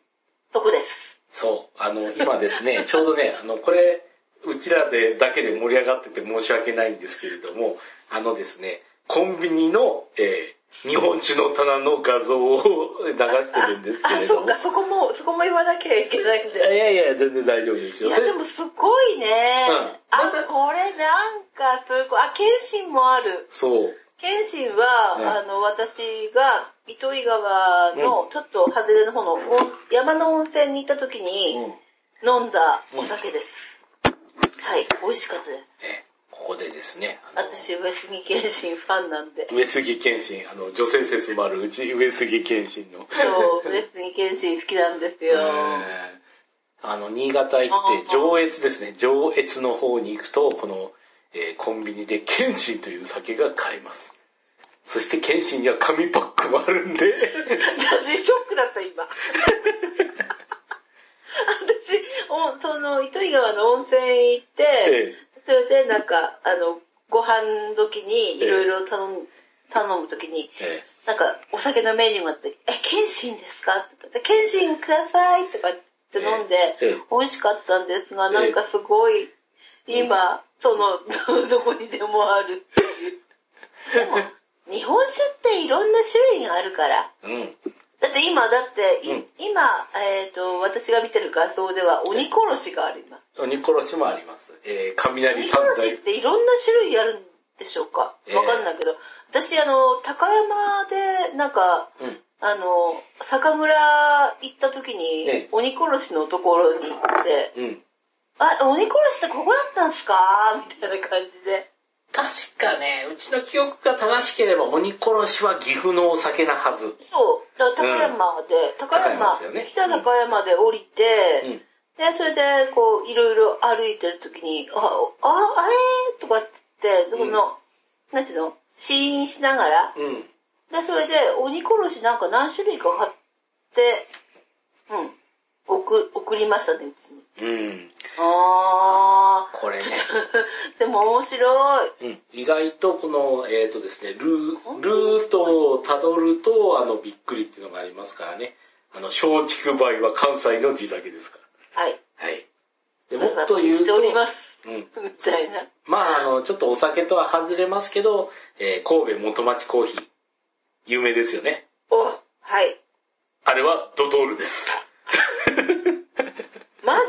[SPEAKER 2] とこです。
[SPEAKER 1] そう。あの、今ですね、 ちょうどね、あの、これ、うちらで、だけで盛り上がってて申し訳ないんですけれども、あのですね、コンビニの、えー日本酒の棚の画像を 流してるんですけ
[SPEAKER 2] あ、
[SPEAKER 1] れ
[SPEAKER 2] そ
[SPEAKER 1] ど
[SPEAKER 2] っ
[SPEAKER 1] も。
[SPEAKER 2] か、そこも、そこも言わなきゃいけないん
[SPEAKER 1] いや
[SPEAKER 2] だよ。
[SPEAKER 1] いやいや、全然大丈夫です
[SPEAKER 2] い
[SPEAKER 1] よ。
[SPEAKER 2] や、でもすごいね。
[SPEAKER 1] うん
[SPEAKER 2] あ、これなんか、すごい。あ、謙信もある。
[SPEAKER 1] そう。
[SPEAKER 2] 謙信は、
[SPEAKER 1] うん
[SPEAKER 2] あの、私が、糸魚川の、ちょっと外れの方の、お山の温泉に行った時
[SPEAKER 1] う
[SPEAKER 2] に、
[SPEAKER 1] ん
[SPEAKER 2] 飲んだお酒です。はい、美味しかったです。
[SPEAKER 1] えここでですね、あの
[SPEAKER 2] 私、上杉謙信ファンな んで。
[SPEAKER 1] 上杉謙信、あの、女性説もあるうち上杉謙信の。
[SPEAKER 2] そう、上杉謙信好きなんです
[SPEAKER 1] え
[SPEAKER 2] よ。
[SPEAKER 1] ーあの、新潟行って、上越ですね。上越の方に行くと、この、えーコンビニで謙信という酒が買えます。そして謙信には紙パックもあるん で、
[SPEAKER 2] 私ショックだった今。私、おその、糸魚川の温泉行って、
[SPEAKER 1] ええ
[SPEAKER 2] それでなんか、あの、ご飯時にいろいろ頼む、頼む時に、
[SPEAKER 1] え
[SPEAKER 2] なんか、お酒のメニューがあって、え、謙信ですかって言ったら、謙信くださいとかって飲んで、
[SPEAKER 1] ええええ
[SPEAKER 2] 美味しかったんですが、
[SPEAKER 1] ええ
[SPEAKER 2] なんかすごい、今、その、 どこにでもあるっていう。でも、日本酒っていろんな種類があるから、
[SPEAKER 1] ーうん。
[SPEAKER 2] だって今、だってい、
[SPEAKER 1] うん
[SPEAKER 2] 今、えっ、と、私が見てる画像では鬼殺しがあります。
[SPEAKER 1] 鬼殺しもあります。えー、雷
[SPEAKER 2] 鬼
[SPEAKER 1] 三
[SPEAKER 2] 殺し
[SPEAKER 1] 大
[SPEAKER 2] っ。ていろんな種類あるんでしょうか
[SPEAKER 1] ええ
[SPEAKER 2] わかんないけど、私あの、高山で、なんか、
[SPEAKER 1] うん。
[SPEAKER 2] あの、酒蔵行った時
[SPEAKER 1] え
[SPEAKER 2] に
[SPEAKER 1] え、
[SPEAKER 2] 鬼殺しのところに行って、
[SPEAKER 1] うん。
[SPEAKER 2] あ、鬼殺しってここだったんすかみたいな感じで。
[SPEAKER 1] 確かね、うちの記憶が正しければ鬼殺しは岐阜のお酒なはず。
[SPEAKER 2] そう、だから高山で、高
[SPEAKER 1] 高山
[SPEAKER 2] 山
[SPEAKER 1] ですよね、
[SPEAKER 2] 北高山で降りて、
[SPEAKER 1] うん。
[SPEAKER 2] で、それで、こう、いろいろ歩いてるときに、あ、あ、あえーとかって、その、
[SPEAKER 1] うん
[SPEAKER 2] なんていうの試飲しながら、
[SPEAKER 1] うん。
[SPEAKER 2] で、それで、鬼殺しなんか何種類か買って、うん、送、送りましたね、うちに。
[SPEAKER 1] うん。
[SPEAKER 2] あー。
[SPEAKER 1] これね
[SPEAKER 2] でも面白い。
[SPEAKER 1] うん、意外とこの、えっ、とですね、ルー、ルートをたどると、あの、びっくりっていうのがありますからね。あの、松竹梅は関西の地酒ですか
[SPEAKER 2] はい。
[SPEAKER 1] ら。はい。で、もっと言
[SPEAKER 2] し
[SPEAKER 1] う
[SPEAKER 2] て
[SPEAKER 1] と、
[SPEAKER 2] おります。
[SPEAKER 1] うん。
[SPEAKER 2] みたいな。
[SPEAKER 1] まあ、あの、ちょっとお酒とは外れますけど、えー神戸元町コーヒー、有名ですよね。
[SPEAKER 2] お、はい。
[SPEAKER 1] あれはドトールです。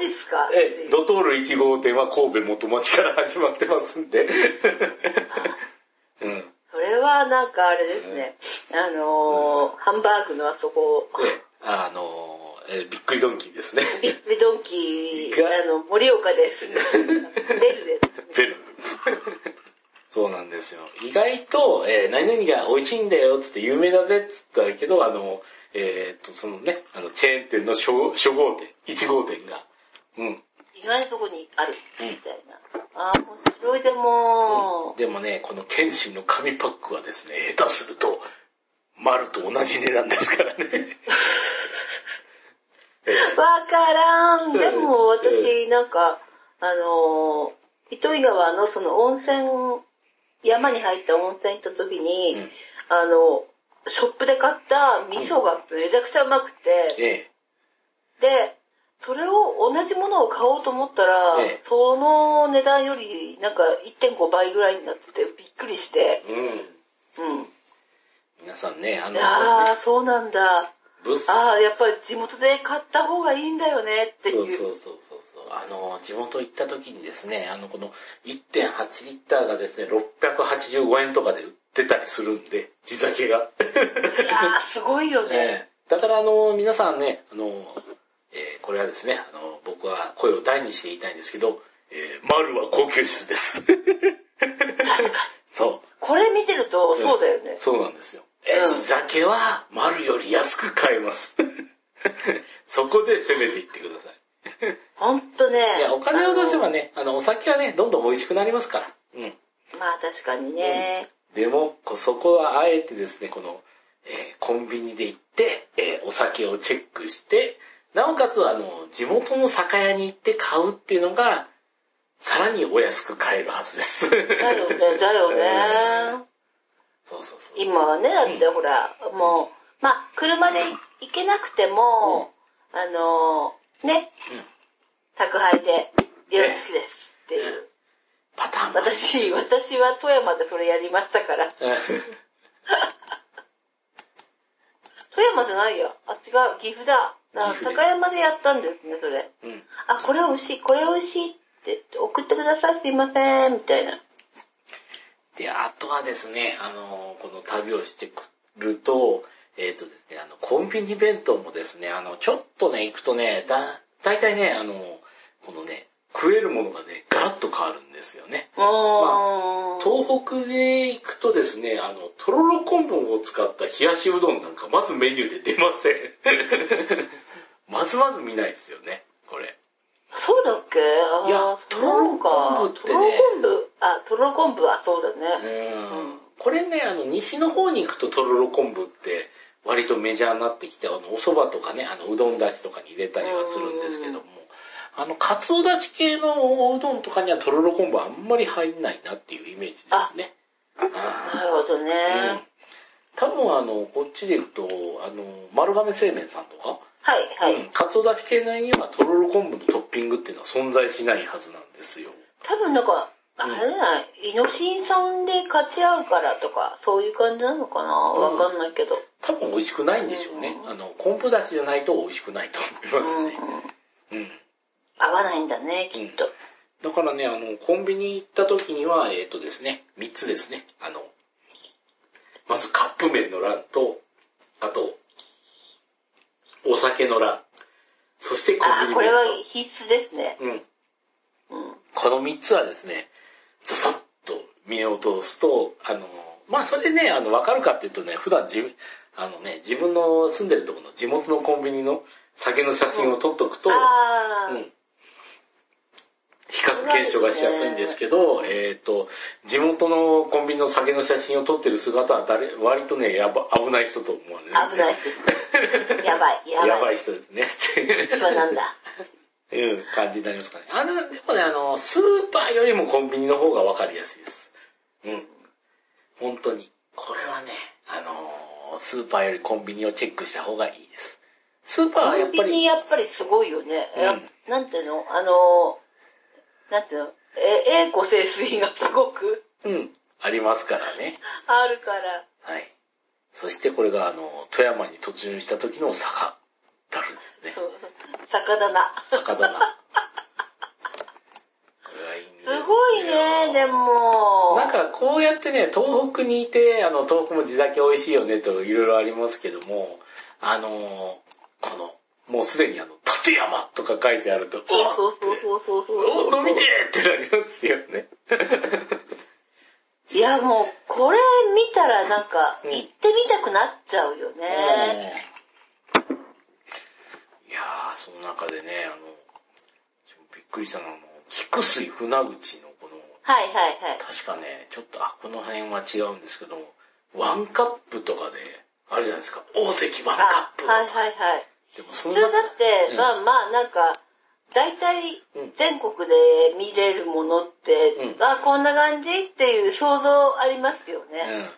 [SPEAKER 2] ですか
[SPEAKER 1] ええ、ドトール1号店は神戸元町から始まってますんで。うん。
[SPEAKER 2] それはなんかあれですね。あのー、ハンバーグのあそこ、
[SPEAKER 1] え、あのー、えーびっくりドンキーですね。
[SPEAKER 2] ビッグドンキー、
[SPEAKER 1] が
[SPEAKER 2] あの、盛岡です。 ベルです。
[SPEAKER 1] ベル。そうなんですよ。意外と、えー何々が美味しいんだよ、つって有名だぜ、つったけど、あの、えーっと、そのね、あの、チェーン店の初号初号店、1号店が、うん。
[SPEAKER 2] 意外なとこにある、みたいな。あー、面白いでも、
[SPEAKER 1] でもね、この剣心の紙パックはですね、下手すると、丸と同じ値段ですから ね。えー
[SPEAKER 2] わからん。
[SPEAKER 1] うん
[SPEAKER 2] でも
[SPEAKER 1] う
[SPEAKER 2] 私、なんか、あのー、糸魚川のその温泉、山に入った温泉行った時に、
[SPEAKER 1] うん
[SPEAKER 2] あの、ショップで買った味噌がめちゃくちゃうまくて、
[SPEAKER 1] え
[SPEAKER 2] で、それを同じものを買おうと思ったら、
[SPEAKER 1] ええ
[SPEAKER 2] その値段よりなんか1.5倍ぐらいになっててびっくりして、
[SPEAKER 1] ーうん。
[SPEAKER 2] うん。
[SPEAKER 1] 皆さんね、あの、
[SPEAKER 2] ああ、そうなんだ。
[SPEAKER 1] 物産
[SPEAKER 2] ああ、やっぱり地元で買った方がいいんだよねっていう。
[SPEAKER 1] そうそうそうそうそう。あの、地元行った時にですね、あの、この1.8リッターがですね、685円とかで売ってたりするんで、地酒が。
[SPEAKER 2] いやー、すごいよね。
[SPEAKER 1] ええだからあの、皆さんね、あの、えーこれはですね、あの、僕は声を大にして言いたいんですけど、えー、丸は高級質です。そう。
[SPEAKER 2] これ見てると、
[SPEAKER 1] ん
[SPEAKER 2] そうだよね。
[SPEAKER 1] そうなんですよ。えー
[SPEAKER 2] うん
[SPEAKER 1] 地酒は丸より安く買えます。 そこで攻めていってください。
[SPEAKER 2] ほんとね。
[SPEAKER 1] いや、お金を出せばね、あの、お酒はね、どんどん美味しくなりますから。うん。
[SPEAKER 2] あの。まあ確かにね。
[SPEAKER 1] でも、こそこはあえてですね、この、えーコンビニで行って、えーお酒をチェックして、なおかつ、あの、地元の酒屋に行って買うっていうのが、さらにお安く買えるはずです。
[SPEAKER 2] だよね、だよね。
[SPEAKER 1] そうそうそう。
[SPEAKER 2] 今はね、だってほら、もう、まあ車で行けなくても、あのー、ね、
[SPEAKER 1] うん
[SPEAKER 2] 宅配でよろしくですっていう。
[SPEAKER 1] パターンもある
[SPEAKER 2] 私、 私は富山でそれやりましたから。富山じゃないよ。あ、違う、岐阜だ。あ
[SPEAKER 1] 岐阜で
[SPEAKER 2] 高山でやったんですね、それ。
[SPEAKER 1] うんうん
[SPEAKER 2] あ、これ美味しい、これ美味しいって言って送ってください、すいません、みたいな。
[SPEAKER 1] で、あとはですね、あの、この旅をしてくると、えっ、とですね、あの、コンビニ弁当もですね、あの、ちょっとね、行くとね、だ、大体ね、あの、このね、食えるものがね、ガラッと変わるんですよね。
[SPEAKER 2] うーん。
[SPEAKER 1] 東北へ行くとですね、あの、とろろ昆布を使った冷やしうどんなんか、まずメニューで出ません。 まずまず見ないですよね、これ。
[SPEAKER 2] そうだっけあー
[SPEAKER 1] いや
[SPEAKER 2] そうなのか。
[SPEAKER 1] と
[SPEAKER 2] と
[SPEAKER 1] ろ
[SPEAKER 2] ろ
[SPEAKER 1] ろ
[SPEAKER 2] ろ
[SPEAKER 1] 昆
[SPEAKER 2] 昆布あ、とろろ昆布はそうだね。
[SPEAKER 1] うんこれね、あの、西の方に行くととろろ昆布って、割とメジャーになってきて、あの、お蕎麦とかね、あの、うどんだしとかに入れたりはするんですけども、あの、かつおだし系のおうどんとかにはとろろ昆布あんまり入んないなっていうイメージですね。
[SPEAKER 2] なるほどね。
[SPEAKER 1] うん多分あの、こっちで行くと、あの、丸亀製麺さんとか、
[SPEAKER 2] はい、はい、
[SPEAKER 1] うん、かつおだし系のにはとろろ昆布のトッピングっていうのは存在しないはずなんですよ。
[SPEAKER 2] 多分なんか、あれじゃない、イノシン酸で勝ち合うからとか、そういう感じなのかなわかんないけど。
[SPEAKER 1] 多分美味しくないんでしょうね。あの、昆布だしじゃないと美味しくないと思いますね。
[SPEAKER 2] うんうん
[SPEAKER 1] うん。
[SPEAKER 2] 合わないんだね、きっと。
[SPEAKER 1] だからね、あの、コンビニ行った時には、えっ、とですね、3つですね。あの、まずカップ麺の欄と、あと、お酒の欄、そしてコンビ
[SPEAKER 2] あー、
[SPEAKER 1] ニ
[SPEAKER 2] これ
[SPEAKER 1] 弁
[SPEAKER 2] は必須ですね。
[SPEAKER 1] 当。うん。
[SPEAKER 2] うん。
[SPEAKER 1] この3つはですね、ささっと見落とすと、あの、まあ、それね、あの、わかるかっていうとね、普段自分、あのね、自分の住んでるところの地元のコンビニの酒の写真を撮っとくと、
[SPEAKER 2] あ
[SPEAKER 1] う
[SPEAKER 2] ー、
[SPEAKER 1] ん比較検証がしやすいんですけど、えっ、と、地元のコンビニの酒の写真を撮ってる姿は誰、割とね、やば、危ない人と思われる。
[SPEAKER 2] 危 ない。やばい、やばい。
[SPEAKER 1] やばい人ですね。
[SPEAKER 2] 私はなんだ。
[SPEAKER 1] っていう感じになりますかね。あの、でもね、あの、スーパーよりもコンビニの方がわかりやすいです。うん。本当に。これはね、あの、スーパーよりコンビニをチェックした方がいいです。スーパーはやっ
[SPEAKER 2] コ
[SPEAKER 1] ぱ
[SPEAKER 2] ンビニ
[SPEAKER 1] り、
[SPEAKER 2] やっぱりすごいよね。
[SPEAKER 1] うん
[SPEAKER 2] やなんていうのあの、なんていうのえ、栄子清水がすごく
[SPEAKER 1] うん、ありますからね。
[SPEAKER 2] あるから。
[SPEAKER 1] はい。そしてこれが、あの、富山に突入した時の坂、たるんですね。
[SPEAKER 2] そう。魚だな。
[SPEAKER 1] 坂だな。
[SPEAKER 2] ね、もう。
[SPEAKER 1] なんかこうやってね、東北にいて、あの、東北も地酒美味しいよねといろいろありますけども、あのー、この、もうすでにあの、立山とか書いてあると、う
[SPEAKER 2] そう
[SPEAKER 1] わ
[SPEAKER 2] そうそうそうそう
[SPEAKER 1] お
[SPEAKER 2] そう。
[SPEAKER 1] 飲みてーってなりますよね。
[SPEAKER 2] いや、もう、これ見たらなんか、
[SPEAKER 1] うん
[SPEAKER 2] 行ってみたくなっちゃうよ
[SPEAKER 1] うん
[SPEAKER 2] ね。
[SPEAKER 1] いやー、その中でね、あの、びっくりしたのは、あの菊水船口のこの、
[SPEAKER 2] はいはいはい。
[SPEAKER 1] 確かね、ちょっと、あ、この辺は違うんですけども、ワンカップとかで、あるじゃないですか、大関ワンカ
[SPEAKER 2] あ
[SPEAKER 1] ップ。
[SPEAKER 2] はいはいはい。
[SPEAKER 1] でもそ
[SPEAKER 2] 普
[SPEAKER 1] の
[SPEAKER 2] 通だ
[SPEAKER 1] 中
[SPEAKER 2] っ
[SPEAKER 1] う
[SPEAKER 2] て、
[SPEAKER 1] ん
[SPEAKER 2] まあまあなんか、大体
[SPEAKER 1] うん
[SPEAKER 2] 全国で見れるものって、
[SPEAKER 1] うん
[SPEAKER 2] あ、こんな感じっていう想像ありますよね。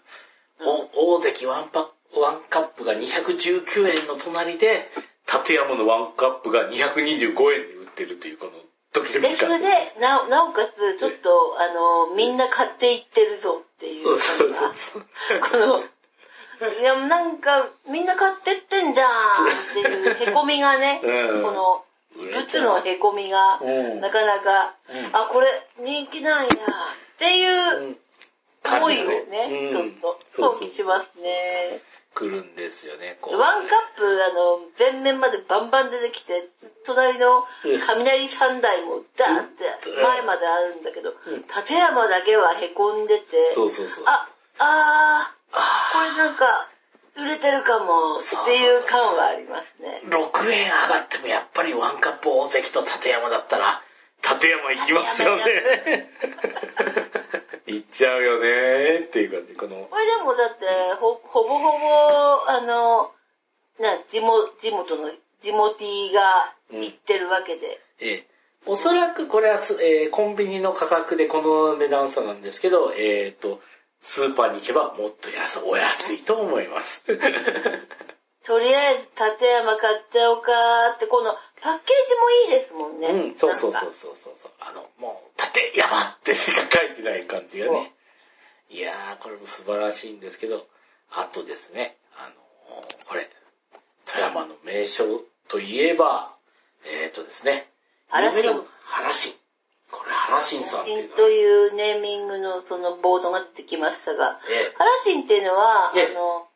[SPEAKER 1] うん。お大関ワンパワンカップが219円の隣で、立山のワンカップが225円で売ってるという、この、ドキド
[SPEAKER 2] で、
[SPEAKER 1] キ
[SPEAKER 2] そ
[SPEAKER 1] 感
[SPEAKER 2] れ。で、な、なおかつ、ちょっと、あの、みんな買っていってるぞっていう
[SPEAKER 1] そ
[SPEAKER 2] の
[SPEAKER 1] うそう
[SPEAKER 2] が、
[SPEAKER 1] そう。
[SPEAKER 2] この、いや、なんか、みんな買ってってんじゃんっていう凹みが ね、
[SPEAKER 1] うん
[SPEAKER 2] この、ルツの凹みが、
[SPEAKER 1] うん
[SPEAKER 2] なかなか、
[SPEAKER 1] うん
[SPEAKER 2] あ、これ人気なんや、っていう、思いをね、ちょっ
[SPEAKER 1] そ
[SPEAKER 2] と
[SPEAKER 1] う
[SPEAKER 2] 想
[SPEAKER 1] そう
[SPEAKER 2] 起しますね。
[SPEAKER 1] 来るんですよね、こう、
[SPEAKER 2] ワンカップ、あの、全面までバンバン出てきて、隣の雷三台もダーって前まであるんだけど
[SPEAKER 1] うん、
[SPEAKER 2] 立山だけは凹んでて、
[SPEAKER 1] そうそうそう。
[SPEAKER 2] あ、あー、
[SPEAKER 1] あ
[SPEAKER 2] これなんか、売れてるかも、っていう感はありますね。
[SPEAKER 1] ー6円上がってもやっぱりワンカップ大関と立山だったら、立山行きますよね。 行っちゃうよねーっていう感じ、この、
[SPEAKER 2] これでもだって、ほ、ほぼほぼ、あの、な、地元、地元の、地元が行ってるわけで。
[SPEAKER 1] ええおそらくこれはす、えーコンビニの価格でこの値段差なんですけど、えっ、と、スーパーに行けばもっと安い、お安いと思い ます。
[SPEAKER 2] とりあえず立山買っちゃおうかって、このパッケージもいいですもんね。
[SPEAKER 1] うん、そうそうそう
[SPEAKER 2] なん
[SPEAKER 1] そう
[SPEAKER 2] か
[SPEAKER 1] そうそう。あの、もう、縦山ってしか書いてない感じがね。いやー、これも素晴らしいんですけど、あとですね、あのーこれ、富山の名所といえば、えっ、とですね、
[SPEAKER 2] 原信
[SPEAKER 1] 有名な原信。これ原信さんっていう
[SPEAKER 2] 新
[SPEAKER 1] のは
[SPEAKER 2] と、いうネーミングのそのボードが出てきましたが、
[SPEAKER 1] え
[SPEAKER 2] 原新っていうのは、あ
[SPEAKER 1] ええ
[SPEAKER 2] の、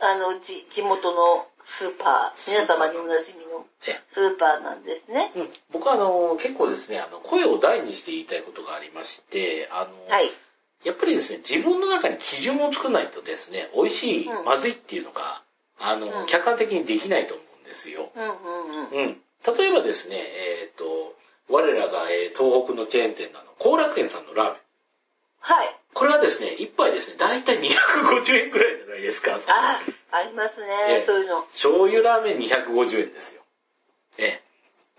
[SPEAKER 2] あの、じ地元のスーパー、皆様におなじみの
[SPEAKER 1] ええ
[SPEAKER 2] スーパーなんですね。
[SPEAKER 1] えうん僕はあのー結構ですね、あの、声を大にして言いたいことがありまして、あのー
[SPEAKER 2] はい。
[SPEAKER 1] やっぱりですね、自分の中に基準を作らないとですね、美味しい、
[SPEAKER 2] うん
[SPEAKER 1] まずいっていうのが、あの、
[SPEAKER 2] うん
[SPEAKER 1] 客観的にできないと思うんですよ。
[SPEAKER 2] うんうんうん。
[SPEAKER 1] うん。例えばですね、えっ、と、我らが、えー東北のチェーン店なの、後楽園さんのラーメン。
[SPEAKER 2] はい。
[SPEAKER 1] これはですね、一杯ですね、だいたい250円くらいじゃないですか。
[SPEAKER 2] あ、あります
[SPEAKER 1] え
[SPEAKER 2] ね
[SPEAKER 1] え、
[SPEAKER 2] そういうの。
[SPEAKER 1] 醤油ラーメン250円ですよ。ええ。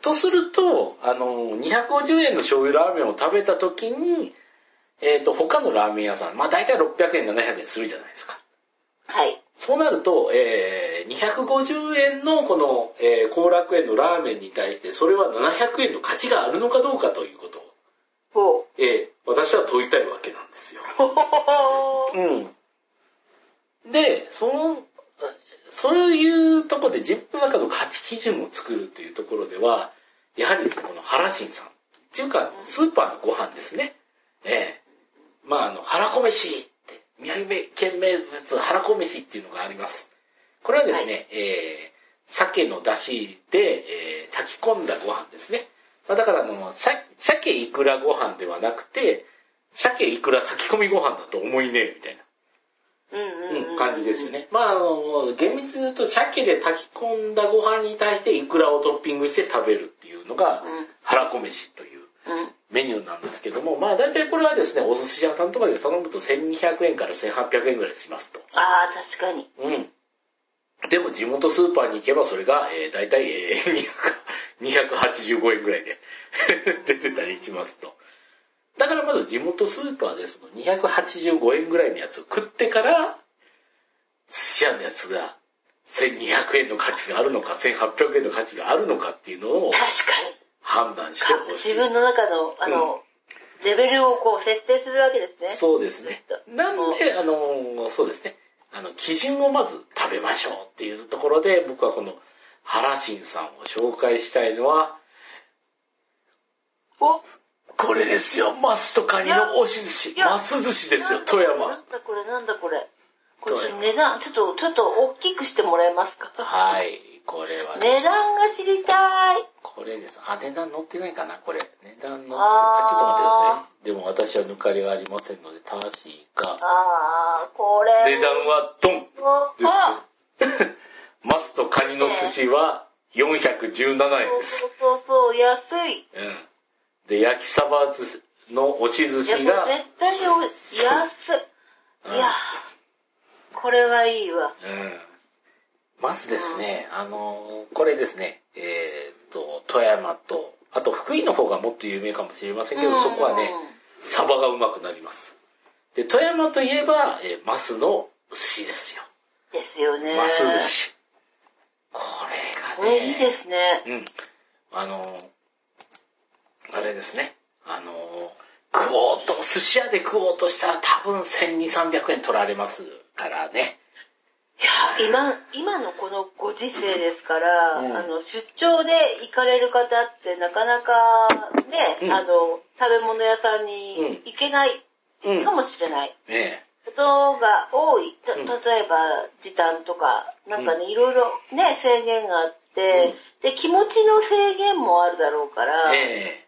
[SPEAKER 1] とすると、あの、250円の醤油ラーメンを食べた時に、えっ、と、他のラーメン屋さん、まあ大体600円、700円するじゃないですか。
[SPEAKER 2] はい。
[SPEAKER 1] そうなると、えー、250円のこの、えー、後楽園のラーメンに対して、それは700円の価値があるのかどうかということを、
[SPEAKER 2] ほう。
[SPEAKER 1] えー、私は問いたいわけなんですよ。
[SPEAKER 2] ほほほほ
[SPEAKER 1] うん。で、その、そういうところで自分の中の価値基準を作るというところでは、やはりですね、この原新さん。っていうか、スーパーのご飯ですね。ええまああの、腹こ飯って、宮城県名物腹こ飯っていうのがあります。これはですね、えー、鮭の出汁で、えー炊き込んだご飯ですね。まあ、だからあの、さ鮭いくらご飯ではなくて、鮭いくら炊き込みご飯だと思いねえ、みたいな。
[SPEAKER 2] うんうんうん
[SPEAKER 1] うん感じですよ。ね。まああの、厳密に言うと、鮭で炊き込んだご飯に対してイクラをトッピングして食べるっていうのが
[SPEAKER 2] うん、
[SPEAKER 1] 腹こ飯という
[SPEAKER 2] うん。
[SPEAKER 1] メニューなんですけども、まあ大体これはですね、お寿司屋さんとかで頼むと1200円から1800円ぐらいしますと。
[SPEAKER 2] ああ、確かに。
[SPEAKER 1] うん。でも地元スーパーに行けばそれが、えー、大体、えー、200 285円ぐらいで 出てたりしますと。だからまず地元スーパーでその285円ぐらいのやつを食ってから、寿司屋のやつが1200円の価値があるのか、1800円の価値があるのかっていうのを
[SPEAKER 2] 確かに。
[SPEAKER 1] 判断してほしい。
[SPEAKER 2] 自分の中の、あの、レベルをこう設定するわけですね。
[SPEAKER 1] そうですね
[SPEAKER 2] ずっ。と
[SPEAKER 1] なんで、あの、そうですね。あの、基準をまず食べましょうっていうところで、僕はこの、原新さんを紹介したいのは、
[SPEAKER 2] お、
[SPEAKER 1] ここれですよ、マスとカニの押し寿
[SPEAKER 2] い
[SPEAKER 1] 司。
[SPEAKER 2] や
[SPEAKER 1] マス寿司ですよ、富
[SPEAKER 2] な
[SPEAKER 1] 山。
[SPEAKER 2] んだこれ、なんだこれ。こ
[SPEAKER 1] 富
[SPEAKER 2] れ
[SPEAKER 1] 山
[SPEAKER 2] 値段、ちょっと、ちょっと大きくしてもらえますか
[SPEAKER 1] はい、これはね、
[SPEAKER 2] 値段が知りたい。
[SPEAKER 1] これです。あ、値段乗ってないかな、これ。値段乗って、
[SPEAKER 2] あー
[SPEAKER 1] あ、ちょっと待ってください。でも私は抜かりがありませんので、正しいか。
[SPEAKER 2] あー、これ。
[SPEAKER 1] 値段はドンです
[SPEAKER 2] あ
[SPEAKER 1] ね。マスとカニの寿司は417円
[SPEAKER 2] そう
[SPEAKER 1] です。
[SPEAKER 2] そうそうそう、安い。
[SPEAKER 1] うん。で、焼きサバ寿司の押し寿
[SPEAKER 2] いや、
[SPEAKER 1] 司
[SPEAKER 2] こ
[SPEAKER 1] が、
[SPEAKER 2] れ絶対お安
[SPEAKER 1] うん
[SPEAKER 2] い。いやー、これはいいわ。
[SPEAKER 1] うん。まずですね、あのー、これですね、えーっと、富山と、あと福井の方がもっと有名かもしれませんけど、そこはね、サバがうまくなります。で、富山といえば、えーマスの寿司ですよ。
[SPEAKER 2] うん。ですよね。
[SPEAKER 1] マス寿。司。こ
[SPEAKER 2] こ
[SPEAKER 1] れがね、
[SPEAKER 2] れいいですね。
[SPEAKER 1] うん。あのー、あれですね。あのー、食おうと、寿司屋で食おうとしたら多分1200、300円取られますからね。
[SPEAKER 2] いや、今、今のこのご時世ですから、
[SPEAKER 1] うん
[SPEAKER 2] あの、出張で行かれる方ってなかなかね、
[SPEAKER 1] うん
[SPEAKER 2] あの、食べ物屋さんに行けない
[SPEAKER 1] うん。
[SPEAKER 2] かもしれない。
[SPEAKER 1] ね
[SPEAKER 2] ことが多い。た
[SPEAKER 1] うん
[SPEAKER 2] 例えば、時短とか、なんかね、いろいろね、制限があって、で、気持ちの制限もあるだろうから、
[SPEAKER 1] え。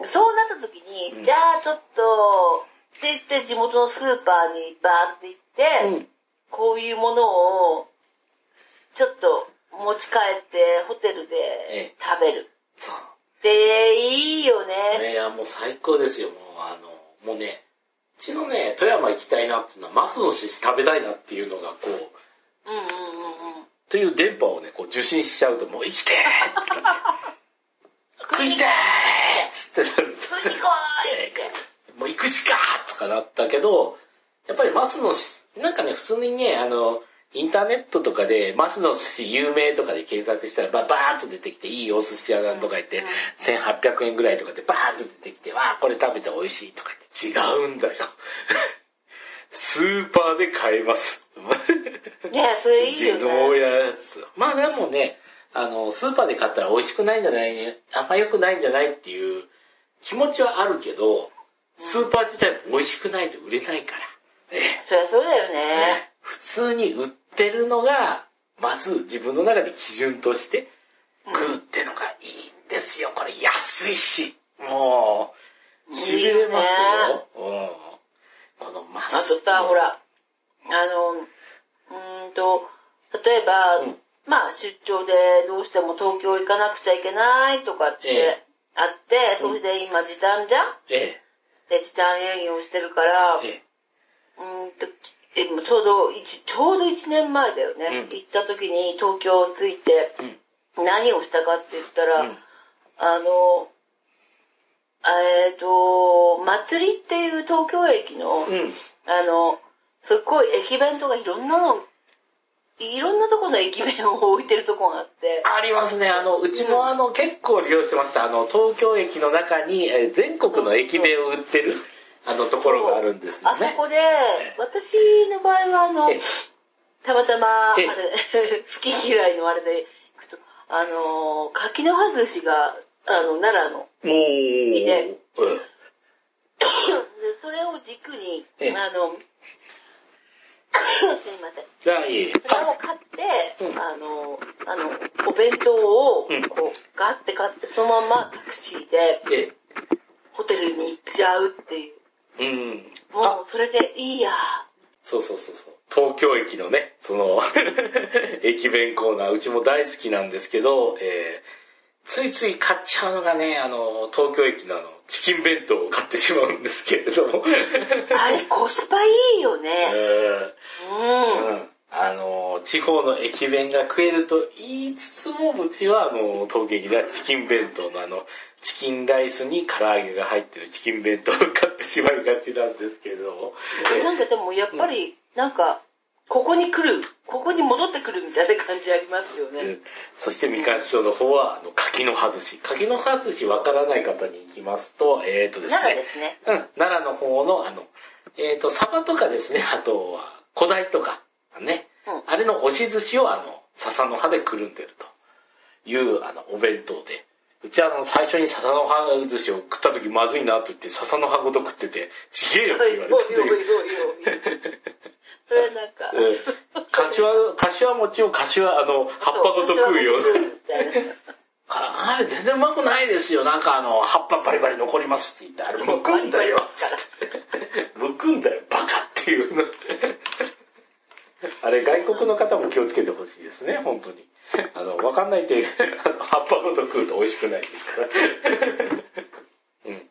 [SPEAKER 1] え
[SPEAKER 2] そうなった時に、
[SPEAKER 1] うん
[SPEAKER 2] じゃあちょっと、って言って地元のスーパーにバーって行って、
[SPEAKER 1] え。うん。
[SPEAKER 2] こういうものを、ちょっと持ち帰ってホテルで
[SPEAKER 1] え
[SPEAKER 2] 食べる。
[SPEAKER 1] そ
[SPEAKER 2] で、いいよ
[SPEAKER 1] う。ね
[SPEAKER 2] ね。
[SPEAKER 1] いや、もう最高ですよ。もうあの、もうね、うちのね、富山行きたいなっていうのは、マスの寿司食べたいなっていうのが、こう、
[SPEAKER 2] うんうんうんうん。
[SPEAKER 1] という電波をね、こう受信しちゃうと、もう生きてーってなっちゃう食いてーっつってなるんです
[SPEAKER 2] 食いに来い
[SPEAKER 1] もう行くしかとかだったけど、やっぱりマスのし、なんかね、普通にね、あの、インターネットとかで、マスの寿司有名とかで検索したら、ば、ばーっと出てきて、いいお寿司屋さんとか言って、1800円ぐらいとかで、ばーっと出てきて、わー、これ食べて美味しいとか言って、違うんだよ。スーパーで買えます。
[SPEAKER 2] ねえそれいいよ
[SPEAKER 1] 自
[SPEAKER 2] ね。
[SPEAKER 1] 動やつ。まあでもね、あの、スーパーで買ったら美味しくないんじゃないね、あんま良くないんじゃないっていう気持ちはあるけど、スーパー自体も美味しくないと売れないから。ね
[SPEAKER 2] そりゃそうだよね。
[SPEAKER 1] 普通に売ってるのが、まず自分の中で基準として、食うってのがいいんですよ。これ安いし、もう、痺れますよ。うんこのマ
[SPEAKER 2] あ
[SPEAKER 1] ス。
[SPEAKER 2] とさ、ほ。ら、あの、うーんと、例えば、
[SPEAKER 1] うん
[SPEAKER 2] まあ出張でどうしても東京行かなくちゃいけないとかっ
[SPEAKER 1] え
[SPEAKER 2] て
[SPEAKER 1] え
[SPEAKER 2] あって、それで今時短じゃん
[SPEAKER 1] え
[SPEAKER 2] で、時短営業してるから、
[SPEAKER 1] え、え
[SPEAKER 2] うーんと、えもうちょうど一、ちょうど1年前だよね。
[SPEAKER 1] うん
[SPEAKER 2] 行った時に東京着いて、
[SPEAKER 1] え、うん。
[SPEAKER 2] 何をしたかって言ったら、
[SPEAKER 1] うん
[SPEAKER 2] あの、えっ、と、祭りっていう東京駅
[SPEAKER 1] う
[SPEAKER 2] の、
[SPEAKER 1] ん。
[SPEAKER 2] あの、すっごい駅弁とかいろんなの、いろんなとこの駅弁を置いてるとこがあって、
[SPEAKER 1] ありますね。あの、うち
[SPEAKER 2] うん
[SPEAKER 1] もあの、結構利用してました。あの、東京駅の中に、えー全国の駅弁を売ってる、あの、ところがあるんですよ
[SPEAKER 2] あ
[SPEAKER 1] ね
[SPEAKER 2] そ。こで
[SPEAKER 1] え、
[SPEAKER 2] 私の場合はあの
[SPEAKER 1] ええ、
[SPEAKER 2] たまたま、あ
[SPEAKER 1] ええ
[SPEAKER 2] れ、 好き嫌いのあれで行くと、あの、柿の葉寿司が、あの、奈 良の、
[SPEAKER 1] もう、い
[SPEAKER 2] いね
[SPEAKER 1] うん
[SPEAKER 2] でそれを軸に、
[SPEAKER 1] ええ
[SPEAKER 2] あの、 すいません。
[SPEAKER 1] じゃあいい。
[SPEAKER 2] それを買って、
[SPEAKER 1] うん
[SPEAKER 2] あの、あの、お弁当を、こ
[SPEAKER 1] うん
[SPEAKER 2] う、ガって買って、そのままタクシーで
[SPEAKER 1] え
[SPEAKER 2] ホテルに行っちゃうっていう。
[SPEAKER 1] え、うん。あ
[SPEAKER 2] も、う、それでいいや。
[SPEAKER 1] そうそうそうそう。東京駅のね、その、 駅弁コーナー、うちも大好きなんですけど、えー、ついつい買っちゃうのがね、あの、東京駅のあの、チキン弁当を買ってしまうんですけれども。
[SPEAKER 2] あれ、コスパいいよね。
[SPEAKER 1] うん
[SPEAKER 2] うん。
[SPEAKER 1] うんあの、地方の駅弁が食えると言いつつも、うちはあの、東京駅ではチキン弁当のあの、チキンライスに唐揚げが入ってるチキン弁当を買ってしまいがちなんですけれども。
[SPEAKER 2] なんかでも、やっぱり、なんか、ここに来る、ここに戻ってくるみたいな感じありますよ
[SPEAKER 1] うん
[SPEAKER 2] ね。
[SPEAKER 1] そしてみかん師匠の方は、あの、柿の葉寿司。柿の葉寿司わからない方に行きますと、えーとです
[SPEAKER 2] 奈
[SPEAKER 1] ね
[SPEAKER 2] 良で、すね。
[SPEAKER 1] うん、奈良の方の、あの、えーと、サバとかですね、あとは、古代とか、ね、
[SPEAKER 2] うん。
[SPEAKER 1] あれの押し寿司をあの、笹の葉でくるんでるという、あの、お弁当で。うちはあの、最初に笹の葉寿司を食った時まずいなと言って、笹の葉ごと食ってて、ちげえよって言われた
[SPEAKER 2] お
[SPEAKER 1] と
[SPEAKER 2] いおいおいお
[SPEAKER 1] いう。
[SPEAKER 2] いおい。 それはなんか、
[SPEAKER 1] うん柏、柏餅を柏、あの、葉っぱごと食うよう
[SPEAKER 2] そう
[SPEAKER 1] な。
[SPEAKER 2] そうそうみたいな
[SPEAKER 1] あれ全然うまくないですよ。なんかあの、葉っぱバリバリ残りますって言って、あれむくんだよ。むくんだよ、バカっていうの。あれ、外国の方も気をつけてほしいですね、本当に。あの、わかんないって、あの葉っぱごと食うと美味しくないですから。うん。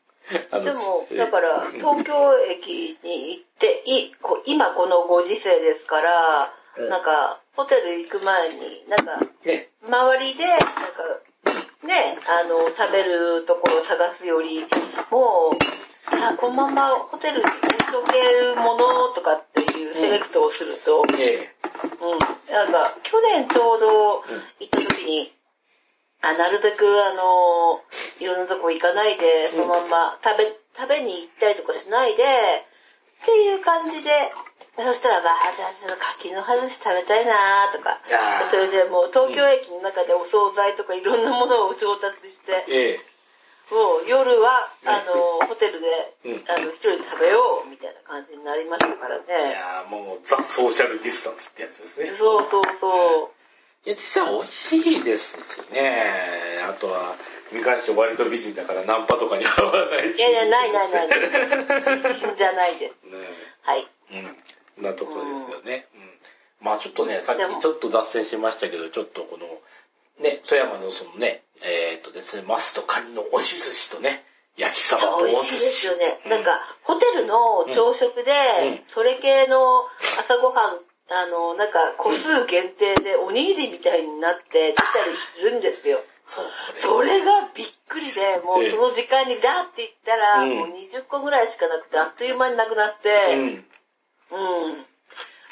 [SPEAKER 1] あの
[SPEAKER 2] でも、
[SPEAKER 1] ち
[SPEAKER 2] だから、東京駅に行って、いこ今このご時世ですから
[SPEAKER 1] うん、
[SPEAKER 2] なんか、ホテル行く前に、なんか、
[SPEAKER 1] ね、
[SPEAKER 2] 周りで、なんか、ね、あの、食べるところを探すより、もう、あ、このままホテルに置いとけるものとかっていうセレクトをすると、
[SPEAKER 1] え
[SPEAKER 2] うん。なんか、去年ちょうど行った時に、あ、なるべくあの、いろんなとこ行かないで、そのまんま食べ、食べに行ったりとかしないで、っていう感じで、そしたら、まあ、じゃあちょっと柿の葉寿司食べたいなとか、
[SPEAKER 1] あー
[SPEAKER 2] それでもう東京駅の中でお惣菜とかいろんなものを調達して、
[SPEAKER 1] ええ
[SPEAKER 2] もう夜は、
[SPEAKER 1] うん
[SPEAKER 2] あの、ホテルで
[SPEAKER 1] うん、
[SPEAKER 2] あの、一人で食べよう、みたいな感じになりましたから
[SPEAKER 1] えい
[SPEAKER 2] ね。
[SPEAKER 1] やーもう、ザ・ソーシャルディスタンスってやつですね。
[SPEAKER 2] そうそうそう。
[SPEAKER 1] いや、実際美味しいですしね。あとは、見返して割と美人だからナンパとかに合わないし。
[SPEAKER 2] いやいや、ないないない
[SPEAKER 1] ね
[SPEAKER 2] ない。死んじゃないです。はい。
[SPEAKER 1] えうん。なところですよね。うん。まあちょっとね、さっ
[SPEAKER 2] でも
[SPEAKER 1] きちょっと脱線しましたけど、ちょっとこの、ね、富山のそのね、えーっとですね、マスとカニの押し寿司とね、焼き
[SPEAKER 2] い
[SPEAKER 1] そ
[SPEAKER 2] や
[SPEAKER 1] ば、
[SPEAKER 2] 美
[SPEAKER 1] 大
[SPEAKER 2] 味しい
[SPEAKER 1] 寿
[SPEAKER 2] です
[SPEAKER 1] 司。
[SPEAKER 2] よね。
[SPEAKER 1] うん
[SPEAKER 2] なんか、ホテルの朝食で
[SPEAKER 1] うん、
[SPEAKER 2] それ系の朝ごはん、あの、なんか、個数限定でおにぎりみたいになって出たりするんですよ。
[SPEAKER 1] そう、こ
[SPEAKER 2] それがびっくりで、も
[SPEAKER 1] え
[SPEAKER 2] う
[SPEAKER 1] え
[SPEAKER 2] その時間にダーって行ったら、
[SPEAKER 1] うん
[SPEAKER 2] もう20個ぐらいしかなくて、あっという間になくなっ
[SPEAKER 1] れ。うん。
[SPEAKER 2] て、うん。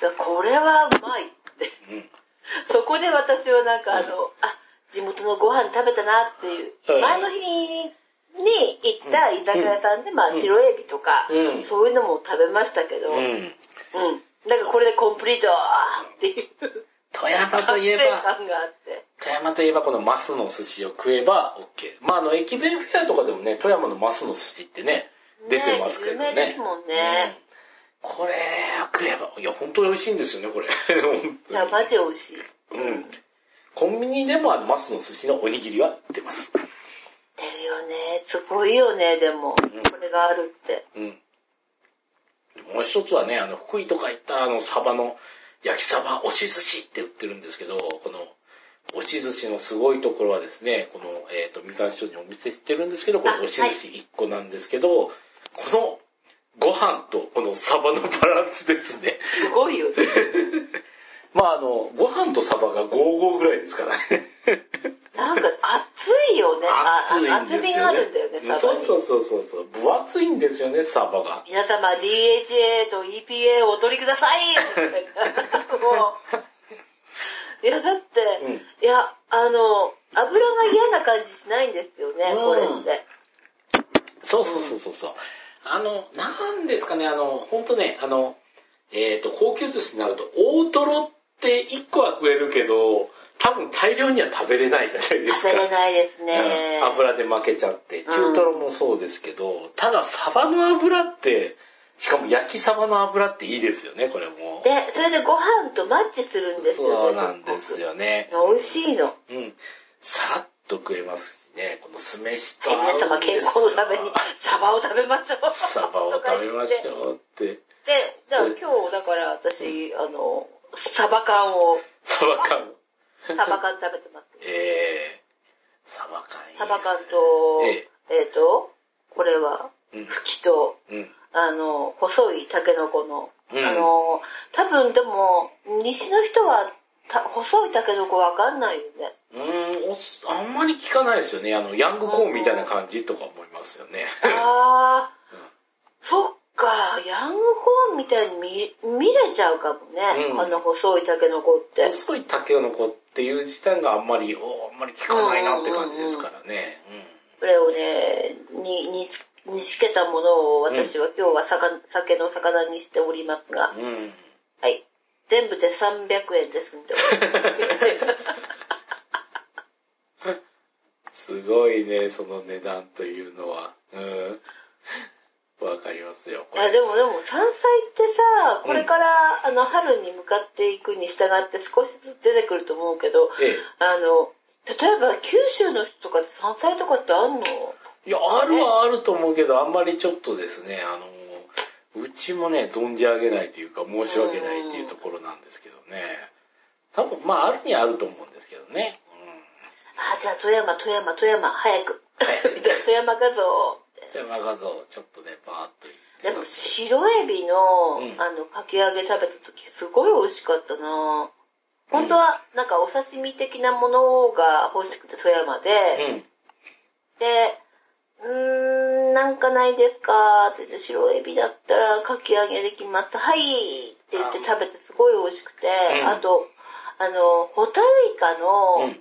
[SPEAKER 2] だからこれはうまいって。
[SPEAKER 1] うん。
[SPEAKER 2] そこで私はなんかあの、あ、地元のご飯食べたなっていう
[SPEAKER 1] う、ん
[SPEAKER 2] 前の日に行った居酒屋さんで、まあ白エビとか、
[SPEAKER 1] うん
[SPEAKER 2] そういうのも食べましたけど、うん。
[SPEAKER 1] うん。
[SPEAKER 2] なんかこれでコンプリートっていう
[SPEAKER 1] 富山と
[SPEAKER 2] 達
[SPEAKER 1] いえ
[SPEAKER 2] 成
[SPEAKER 1] ば、
[SPEAKER 2] 感があって。
[SPEAKER 1] 富山といえばこのマスの寿司を食えば OK。まああの、駅弁フェアとかでもね、富山のマスの寿司ってね、出てますけどね。
[SPEAKER 2] 有名ですもんね。
[SPEAKER 1] うんこれを食えば、いや、本当に美味しいんですよね、これ。 本
[SPEAKER 2] いや、
[SPEAKER 1] 当
[SPEAKER 2] マジ美味しい。
[SPEAKER 1] にうん。コンビニでもあの、マスの寿司のおにぎりは出ます。
[SPEAKER 2] 出るよね。すごいよね、でも。
[SPEAKER 1] ん
[SPEAKER 2] これがあるって。
[SPEAKER 1] うん。もう一つはね、あの、福井とか行ったらあの、サバの焼きサバ押し寿司って売ってるんですけど、この、押し寿司のすごいところはですね、この、えっ、と、みかん師匠にお見せしてるんですけど、この
[SPEAKER 2] あ
[SPEAKER 1] 押し寿司1個なんですけど、この、ご飯とこのサバのバランスですね。
[SPEAKER 2] すごいよね。
[SPEAKER 1] まああの、ご飯とサバが55ぐらいですからね。
[SPEAKER 2] なんか熱いよね。 あ
[SPEAKER 1] 熱いんですよ、ね。
[SPEAKER 2] 厚みがあるんだよね、サバに。
[SPEAKER 1] そうそうそうそう。分厚いんですよね、サバが。
[SPEAKER 2] 皆様 DHA と EPA をお取りくださ いもういや、だって、
[SPEAKER 1] うん
[SPEAKER 2] いや、あの、油が嫌な感じしないんですよね、
[SPEAKER 1] うん
[SPEAKER 2] これって。
[SPEAKER 1] そうそうそうそうそう。あの、なんですかね、あの、ほんとね、あの、えっ、と、高級寿司になると、大トロって1個は食えるけど、多分大量には食べれないじゃないですか。
[SPEAKER 2] 食べれないです
[SPEAKER 1] う
[SPEAKER 2] ね
[SPEAKER 1] ん。油で負けちゃって、中トロもそうですけど、ただサバの油って、しかも焼きサバの油っていいですよね、これも。
[SPEAKER 2] で、それでご飯とマッチするんですよね。
[SPEAKER 1] そうなんですよね。
[SPEAKER 2] ごく。美味しいの。
[SPEAKER 1] うん。さらっと食えますしね、この酢飯と合うんで
[SPEAKER 2] 皆
[SPEAKER 1] すよ
[SPEAKER 2] 様健康のために、サバを食べましょう。
[SPEAKER 1] サバを食べまし
[SPEAKER 2] う。
[SPEAKER 1] ょうって。
[SPEAKER 2] で、じゃあ今日、だから私、あの、サバ缶を、
[SPEAKER 1] サバ缶。
[SPEAKER 2] サバ缶食べてます。
[SPEAKER 1] えー、サバ缶いいですね
[SPEAKER 2] サバ缶と、
[SPEAKER 1] え
[SPEAKER 2] えっ、と、これは、
[SPEAKER 1] うん
[SPEAKER 2] ふきと、
[SPEAKER 1] うん。
[SPEAKER 2] あの、細いタケノコの、
[SPEAKER 1] うん
[SPEAKER 2] あの、多分でも、西の人は、た細いタケノコわかんないよ ね。
[SPEAKER 1] うーんおす、あんまり聞かないですよね。あの、ヤングコーンみたいな感じとか思いますよね。
[SPEAKER 2] あー、
[SPEAKER 1] うん
[SPEAKER 2] そっか、ヤングコーンみたいに見見れちゃうかもね、
[SPEAKER 1] うん
[SPEAKER 2] あの細いタケノコって。
[SPEAKER 1] 細い竹の子っていう時点があんまり、おあんまり聞かないなって感じですからね。
[SPEAKER 2] これをね、に、に、にしけたものを私は今日は魚酒の魚にしておりますが、
[SPEAKER 1] うん。うん。
[SPEAKER 2] はい。全部で300円ですんで。
[SPEAKER 1] すごいね、その値段というのは。うん。わかりますよ。こ
[SPEAKER 2] いや、
[SPEAKER 1] れ
[SPEAKER 2] でもでも、山菜ってさ、これから、あの、春に向かっていくに従って少しずつ出てくると思うけど、
[SPEAKER 1] え
[SPEAKER 2] あの、例えば九州の人とかって山菜とかってあんの
[SPEAKER 1] え。いや、あるはあると思うけど、あんまりちょっとですね、あの、うちもね、存じ上げないというか、申し訳ないっていうところなんですけどね。多分、まあ、あるにはあると思うんですけどね。
[SPEAKER 2] あ、じゃあ富山、富山、富山、早く。
[SPEAKER 1] はい
[SPEAKER 2] 富山画像。
[SPEAKER 1] うん。じゃあ、画像、ちょっとね、バーっと
[SPEAKER 2] でも、白エビの、
[SPEAKER 1] うん
[SPEAKER 2] あの、かき揚げ食べた時、すごい美味しかったな本当は、なんかお刺身的なものが欲しくて、富山で。
[SPEAKER 1] 言って。
[SPEAKER 2] で、うーん、なんかないですかって言って、白エビだったらかき揚げできます。はいって言って食べてすごい美味しくて、
[SPEAKER 1] うん
[SPEAKER 2] あと、あの、ホタルイカ
[SPEAKER 1] うん。う
[SPEAKER 2] の、
[SPEAKER 1] ん。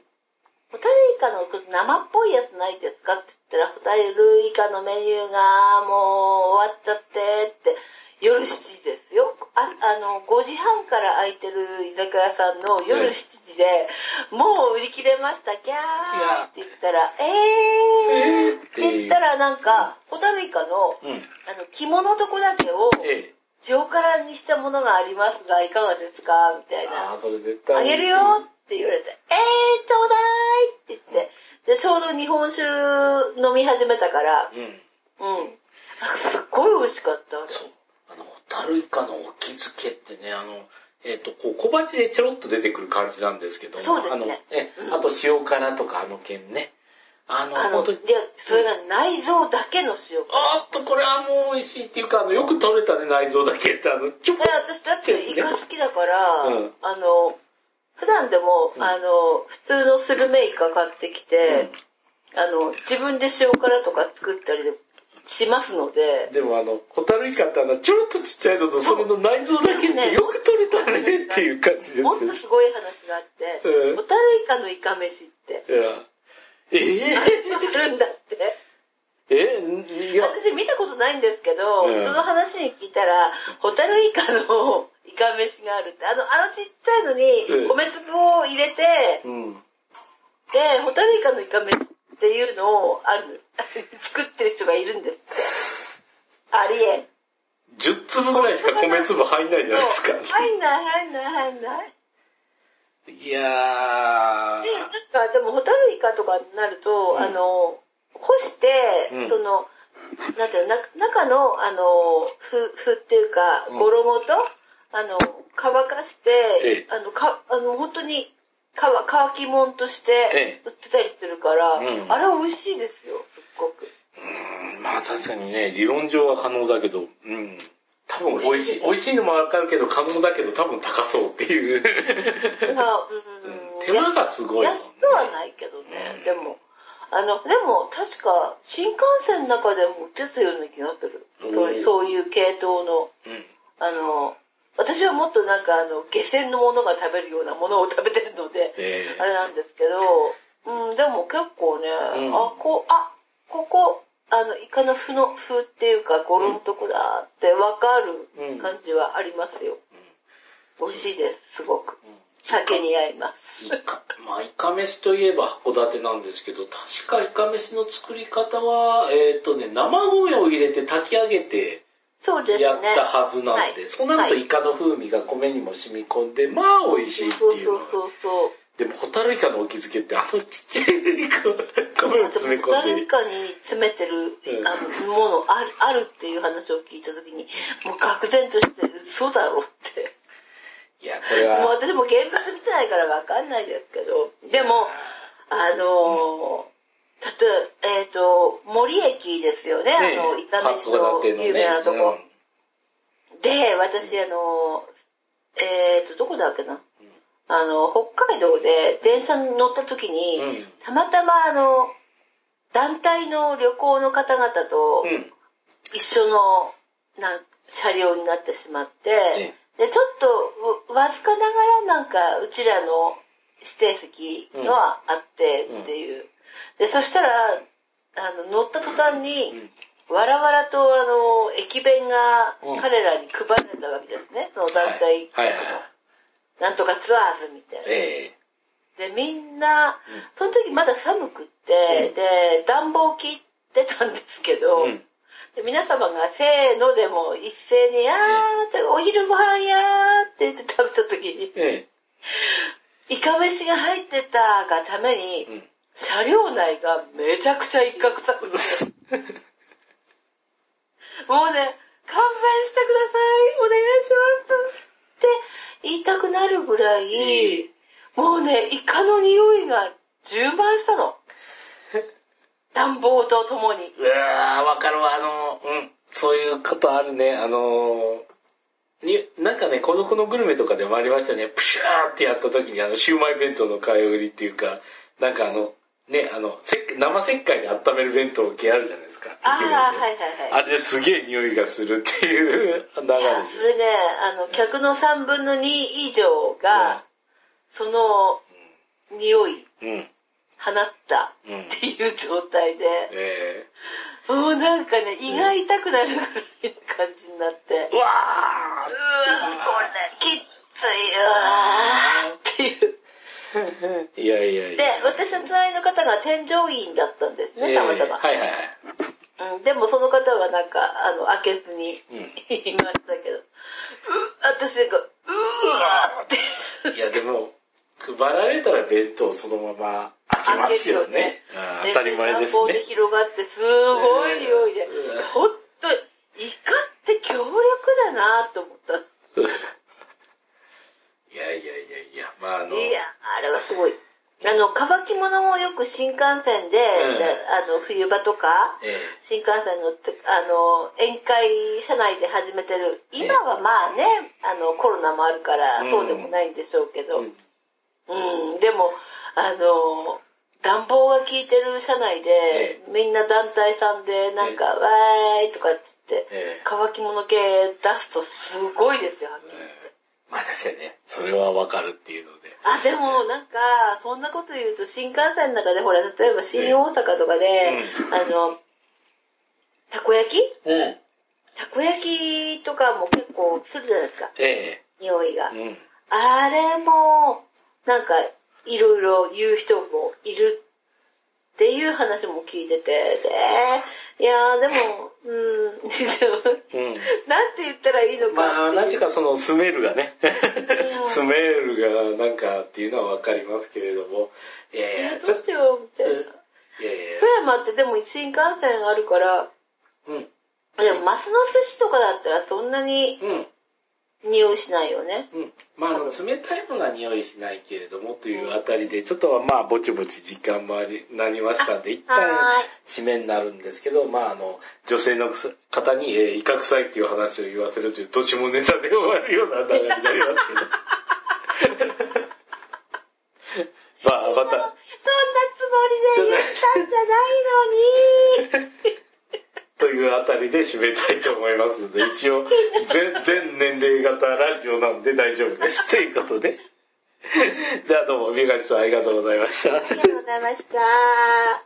[SPEAKER 2] ホタルイカの生っぽいやつないですかって言ったら、ホタルイカのメニューがもう終わっちゃってって、夜7時ですよ。ああの、5時半から開いてる居酒屋さんの夜7時で、もう売り切れました、ギャーって言ったら、えーって言ったらなんか、ホタルイカの、
[SPEAKER 1] うん。
[SPEAKER 2] あの、着物とこだけを、
[SPEAKER 1] ええ。
[SPEAKER 2] 塩辛にしたものがありますが、いかがですかみたいな
[SPEAKER 1] あ。あ、それ絶対
[SPEAKER 2] あ
[SPEAKER 1] 美
[SPEAKER 2] げ
[SPEAKER 1] 味し
[SPEAKER 2] る
[SPEAKER 1] い
[SPEAKER 2] よって言われて、えー、ちょうだいって言って、で、ちょうど日本酒飲み始めたから、
[SPEAKER 1] うん。
[SPEAKER 2] うん。すっごい美味しかった。
[SPEAKER 1] そう。あの、ホタルイカのお気づけってね、あの、えっ、と、こう、小鉢でちょろっと出てくる感じなんですけども、
[SPEAKER 2] そうですね
[SPEAKER 1] あの、ね
[SPEAKER 2] う、ん
[SPEAKER 1] あと塩辛とかあの件ね。あの、
[SPEAKER 2] あの、
[SPEAKER 1] 本
[SPEAKER 2] い
[SPEAKER 1] 当
[SPEAKER 2] や
[SPEAKER 1] に、、
[SPEAKER 2] それが内臓だけの塩。
[SPEAKER 1] あーっと、これはもう美味しいっていうか、あの、よく取れたね、内臓だけって、あの、ちょ
[SPEAKER 2] で、私だってイカ好きだから、
[SPEAKER 1] うん
[SPEAKER 2] あの、普段でも、
[SPEAKER 1] うん
[SPEAKER 2] あの、普通のスルメイカ買ってきて、あの、自分で塩辛とか作ったりしますので、
[SPEAKER 1] でもあの、ホタルイカってあの、ちょろっとちっちゃいのと、それの内臓だけっ
[SPEAKER 2] ね
[SPEAKER 1] てよく取れたねっていう感じです
[SPEAKER 2] もっと
[SPEAKER 1] ね。
[SPEAKER 2] すごい話があって、
[SPEAKER 1] うん
[SPEAKER 2] ホタルイカのイカ飯って、
[SPEAKER 1] いやえ
[SPEAKER 2] あるんだって。
[SPEAKER 1] ええいや、
[SPEAKER 2] 私見たことないんですけど、
[SPEAKER 1] うん
[SPEAKER 2] 人の話に聞いたら、ホタルイカのイカ飯があるって、あの、あのちっちゃいの
[SPEAKER 1] う
[SPEAKER 2] に
[SPEAKER 1] ん
[SPEAKER 2] 米粒を入れて、
[SPEAKER 1] うん。
[SPEAKER 2] で、ホタルイカのイカ飯っていうのを、ある、作ってる人がいるんですって。ありえん。
[SPEAKER 1] 10粒ぐらいしか米粒入んないじゃないですか
[SPEAKER 2] そう。入んない、入んない、入んない。
[SPEAKER 1] いやー
[SPEAKER 2] で、。なんか、でも、ホタルイカとかになると、
[SPEAKER 1] うん
[SPEAKER 2] あの、干して、
[SPEAKER 1] うん
[SPEAKER 2] その、なんていうの、な中の、あの、ふ、ふっていうか、
[SPEAKER 1] うん
[SPEAKER 2] 衣と、あの、乾かして、
[SPEAKER 1] ええ
[SPEAKER 2] あの、か、あの、本当に、乾、乾き物として
[SPEAKER 1] え、
[SPEAKER 2] 売ってたりするから、
[SPEAKER 1] うん
[SPEAKER 2] あれ美味しいですよ、すっごく。
[SPEAKER 1] うーんまあ確かにね、理論上は可能だけど、うん。多分美味しい、美味しいのもわかるけど、可能だけど多分高そうっていう。
[SPEAKER 2] だからうん
[SPEAKER 1] 手間がすごいもん
[SPEAKER 2] 安
[SPEAKER 1] ね
[SPEAKER 2] くはないけどね、
[SPEAKER 1] うん
[SPEAKER 2] でも。あの、でも、確か、新幹線の中でも売ってたような気がする。
[SPEAKER 1] おー
[SPEAKER 2] そうそういう系統の、
[SPEAKER 1] うん
[SPEAKER 2] あの、私はもっとなんか、あの、下船のものが食べるようなものを食べてるので、
[SPEAKER 1] え
[SPEAKER 2] あれなんですけど、うん、でも結構ね、
[SPEAKER 1] ん
[SPEAKER 2] あ、こう、あ、ここ、あの、イカの風の、風っていうか、ゴロのとこだってわかる感じはありますよ。美味しいです、すごく。酒に合います。
[SPEAKER 1] ーイカ、まあイカ飯といえば函館なんですけど、確かイカ飯の作り方は、えっ、とね、生米を入れて炊き上げて
[SPEAKER 2] そうですね。
[SPEAKER 1] やったはずなんで、
[SPEAKER 2] はい
[SPEAKER 1] そうなると
[SPEAKER 2] はい
[SPEAKER 1] イカの風味が米にも染み込んで、まあ美味しいって
[SPEAKER 2] そう
[SPEAKER 1] いう
[SPEAKER 2] そ
[SPEAKER 1] の
[SPEAKER 2] う
[SPEAKER 1] が
[SPEAKER 2] そうそ
[SPEAKER 1] でも、ホタルイカのお気づけって、あのちっちゃいイカを
[SPEAKER 2] う。で、
[SPEAKER 1] 詰め
[SPEAKER 2] ホタ
[SPEAKER 1] 込
[SPEAKER 2] ルイ
[SPEAKER 1] んで。
[SPEAKER 2] カに詰めてる
[SPEAKER 1] うん
[SPEAKER 2] あのものあるあるっていう話を聞いたときに、もう愕然として、そうだろうって。
[SPEAKER 1] いや、これ
[SPEAKER 2] もう
[SPEAKER 1] は、
[SPEAKER 2] 私も現物見てないからわかんないですけど、でも、あのー、たとえ、えっ、と、森駅ですよね、あの、
[SPEAKER 1] ね
[SPEAKER 2] 伊丹市の有名なとこ。。で、私、あの、えっ、と、どこだっけな。あの、北海道で電車に乗った時に、
[SPEAKER 1] うん
[SPEAKER 2] たまたま、あの、団体の旅行の方々と
[SPEAKER 1] 函館のね
[SPEAKER 2] 一緒の、なん車両になってしまって、
[SPEAKER 1] え
[SPEAKER 2] で、ちょっと、わわずかながらなんか、うちらの指定席があってっていう。で、そしたら、あの、乗った途端に、
[SPEAKER 1] うん。うん。
[SPEAKER 2] わらわらとあの、駅弁が
[SPEAKER 1] うん
[SPEAKER 2] 彼らに配られたわけですね。その団体、
[SPEAKER 1] はいはいはい。
[SPEAKER 2] なんとかツアーズみたいな。
[SPEAKER 1] え
[SPEAKER 2] で、みんな、その時まだ寒くって、
[SPEAKER 1] うん
[SPEAKER 2] で、暖房切ってたんですけど、
[SPEAKER 1] うん。
[SPEAKER 2] で皆様がせーのでも一斉に、あーってお昼ご飯やーって言って食べた時に、
[SPEAKER 1] え
[SPEAKER 2] イカ飯が入ってたがために
[SPEAKER 1] え。、うん。
[SPEAKER 2] 車両内がめちゃくちゃ一角臭くて、もうね、勘弁してください、お願いしますって言いたくなるぐら
[SPEAKER 1] い
[SPEAKER 2] い
[SPEAKER 1] い、
[SPEAKER 2] もうね、イカの匂いが充満し たの。暖房とともに。
[SPEAKER 1] うわー、わかるわ、あの、うん、そういうことあるね、あのー、に、なんかね、孤独のグルメとかでもありましたね、プシューってやった時に、あの、シューマイ弁当の替え売りっていうか、なんかあの、ね、あの、せっ生石灰で温める弁当系あるじゃないですか。
[SPEAKER 2] あー、
[SPEAKER 1] 駅
[SPEAKER 2] は
[SPEAKER 1] 弁
[SPEAKER 2] い
[SPEAKER 1] で
[SPEAKER 2] はいは
[SPEAKER 1] あ
[SPEAKER 2] い。
[SPEAKER 1] れですげえ匂いがするっていう流れ
[SPEAKER 2] いや、それね、あの、客の3分の2以上が、その、匂い、
[SPEAKER 1] うん。うん。
[SPEAKER 2] 放った
[SPEAKER 1] うん。ね
[SPEAKER 2] っていう状態で、
[SPEAKER 1] え
[SPEAKER 2] もうなんかね、胃が痛くなるぐらいの感じになって
[SPEAKER 1] う、わ
[SPEAKER 2] うわこれ、きっついわーっていう。
[SPEAKER 1] ーいやいやいや。
[SPEAKER 2] で、私の隣の方が添乗員だったんです
[SPEAKER 1] え
[SPEAKER 2] ね、
[SPEAKER 1] え
[SPEAKER 2] たまたま。
[SPEAKER 1] はいはいはい。
[SPEAKER 2] うん、でもその方はなんか、あの、開けずに
[SPEAKER 1] うん。
[SPEAKER 2] 言いましたけど、う私なんか、うわーって。
[SPEAKER 1] いやでも、配られたら弁当そのまま開きますよね。うん当たり前です
[SPEAKER 2] 暖房
[SPEAKER 1] ね
[SPEAKER 2] で。広がって、すごい匂いで
[SPEAKER 1] うん、
[SPEAKER 2] ほんと、イカって強力だなと思った。
[SPEAKER 1] いやいやいやいや、まああの、
[SPEAKER 2] いや、あれはすごい。あの、乾き物もよく新幹
[SPEAKER 1] う
[SPEAKER 2] 線で、
[SPEAKER 1] ん
[SPEAKER 2] であの、冬場とか、
[SPEAKER 1] え
[SPEAKER 2] 新幹線乗って、あの、宴会車内で始めてる。今はまあね、あの、コロナもあるから、
[SPEAKER 1] うん
[SPEAKER 2] そうでもないんでしょうけ
[SPEAKER 1] え
[SPEAKER 2] ど、うん、でも、あの、暖房が効いてる車内で
[SPEAKER 1] え、
[SPEAKER 2] みんな団体さんで、なんか、わーいとかって言って、
[SPEAKER 1] ええ
[SPEAKER 2] 乾き物系出すとすごいですよ、はっきり言って。
[SPEAKER 1] まあ確かにね、それはわかるっていうので。
[SPEAKER 2] あ、でもなんか、そんなこと言うと新幹線の中で、ほら、例えば新大阪とかで、あの、たこ焼き
[SPEAKER 1] うん。
[SPEAKER 2] たこ焼きとかも結構するじゃないですか、
[SPEAKER 1] え
[SPEAKER 2] 匂いが
[SPEAKER 1] え。うん。
[SPEAKER 2] あれも、なんか、いろいろ言う人もいるっていう話も聞いてて、で、いやーでも、 うん、
[SPEAKER 1] うん。
[SPEAKER 2] なんて言ったらいいのかっていう。
[SPEAKER 1] まあ、なんていうかそのスメールがね、
[SPEAKER 2] ん
[SPEAKER 1] スメールがなんかっていうのはわかりますけれども、
[SPEAKER 2] い
[SPEAKER 1] え
[SPEAKER 2] や
[SPEAKER 1] え
[SPEAKER 2] どうしてよ、みたいな。
[SPEAKER 1] いやいや
[SPEAKER 2] 富山ってでも新幹線あるから、
[SPEAKER 1] うん。
[SPEAKER 2] でも、マスの寿司とかだったらそんなに
[SPEAKER 1] うん。
[SPEAKER 2] 匂いしないよね。
[SPEAKER 1] うん。まあ、あの、冷たいものは匂いしないけれどもというあたりで、ちょっとはまあ、ぼちぼち時間もあり、なりましたんで、一
[SPEAKER 2] はー
[SPEAKER 1] 旦
[SPEAKER 2] い、
[SPEAKER 1] 締めになるんですけど、まあ、あの、女性の方に、えー、威嚇臭いっていう話を言わせるという、どしもネタで終わるような流れになります けど。まあ、ま
[SPEAKER 2] そんな
[SPEAKER 1] た、
[SPEAKER 2] つもりで言ったんじゃないのに。
[SPEAKER 1] というあたりで締めたいと思いますので、一応、全、全年齢型ラジオなんで大丈夫です。ということで。ではどうも、三垣さんありがとうございました
[SPEAKER 2] あ。りがとうございました。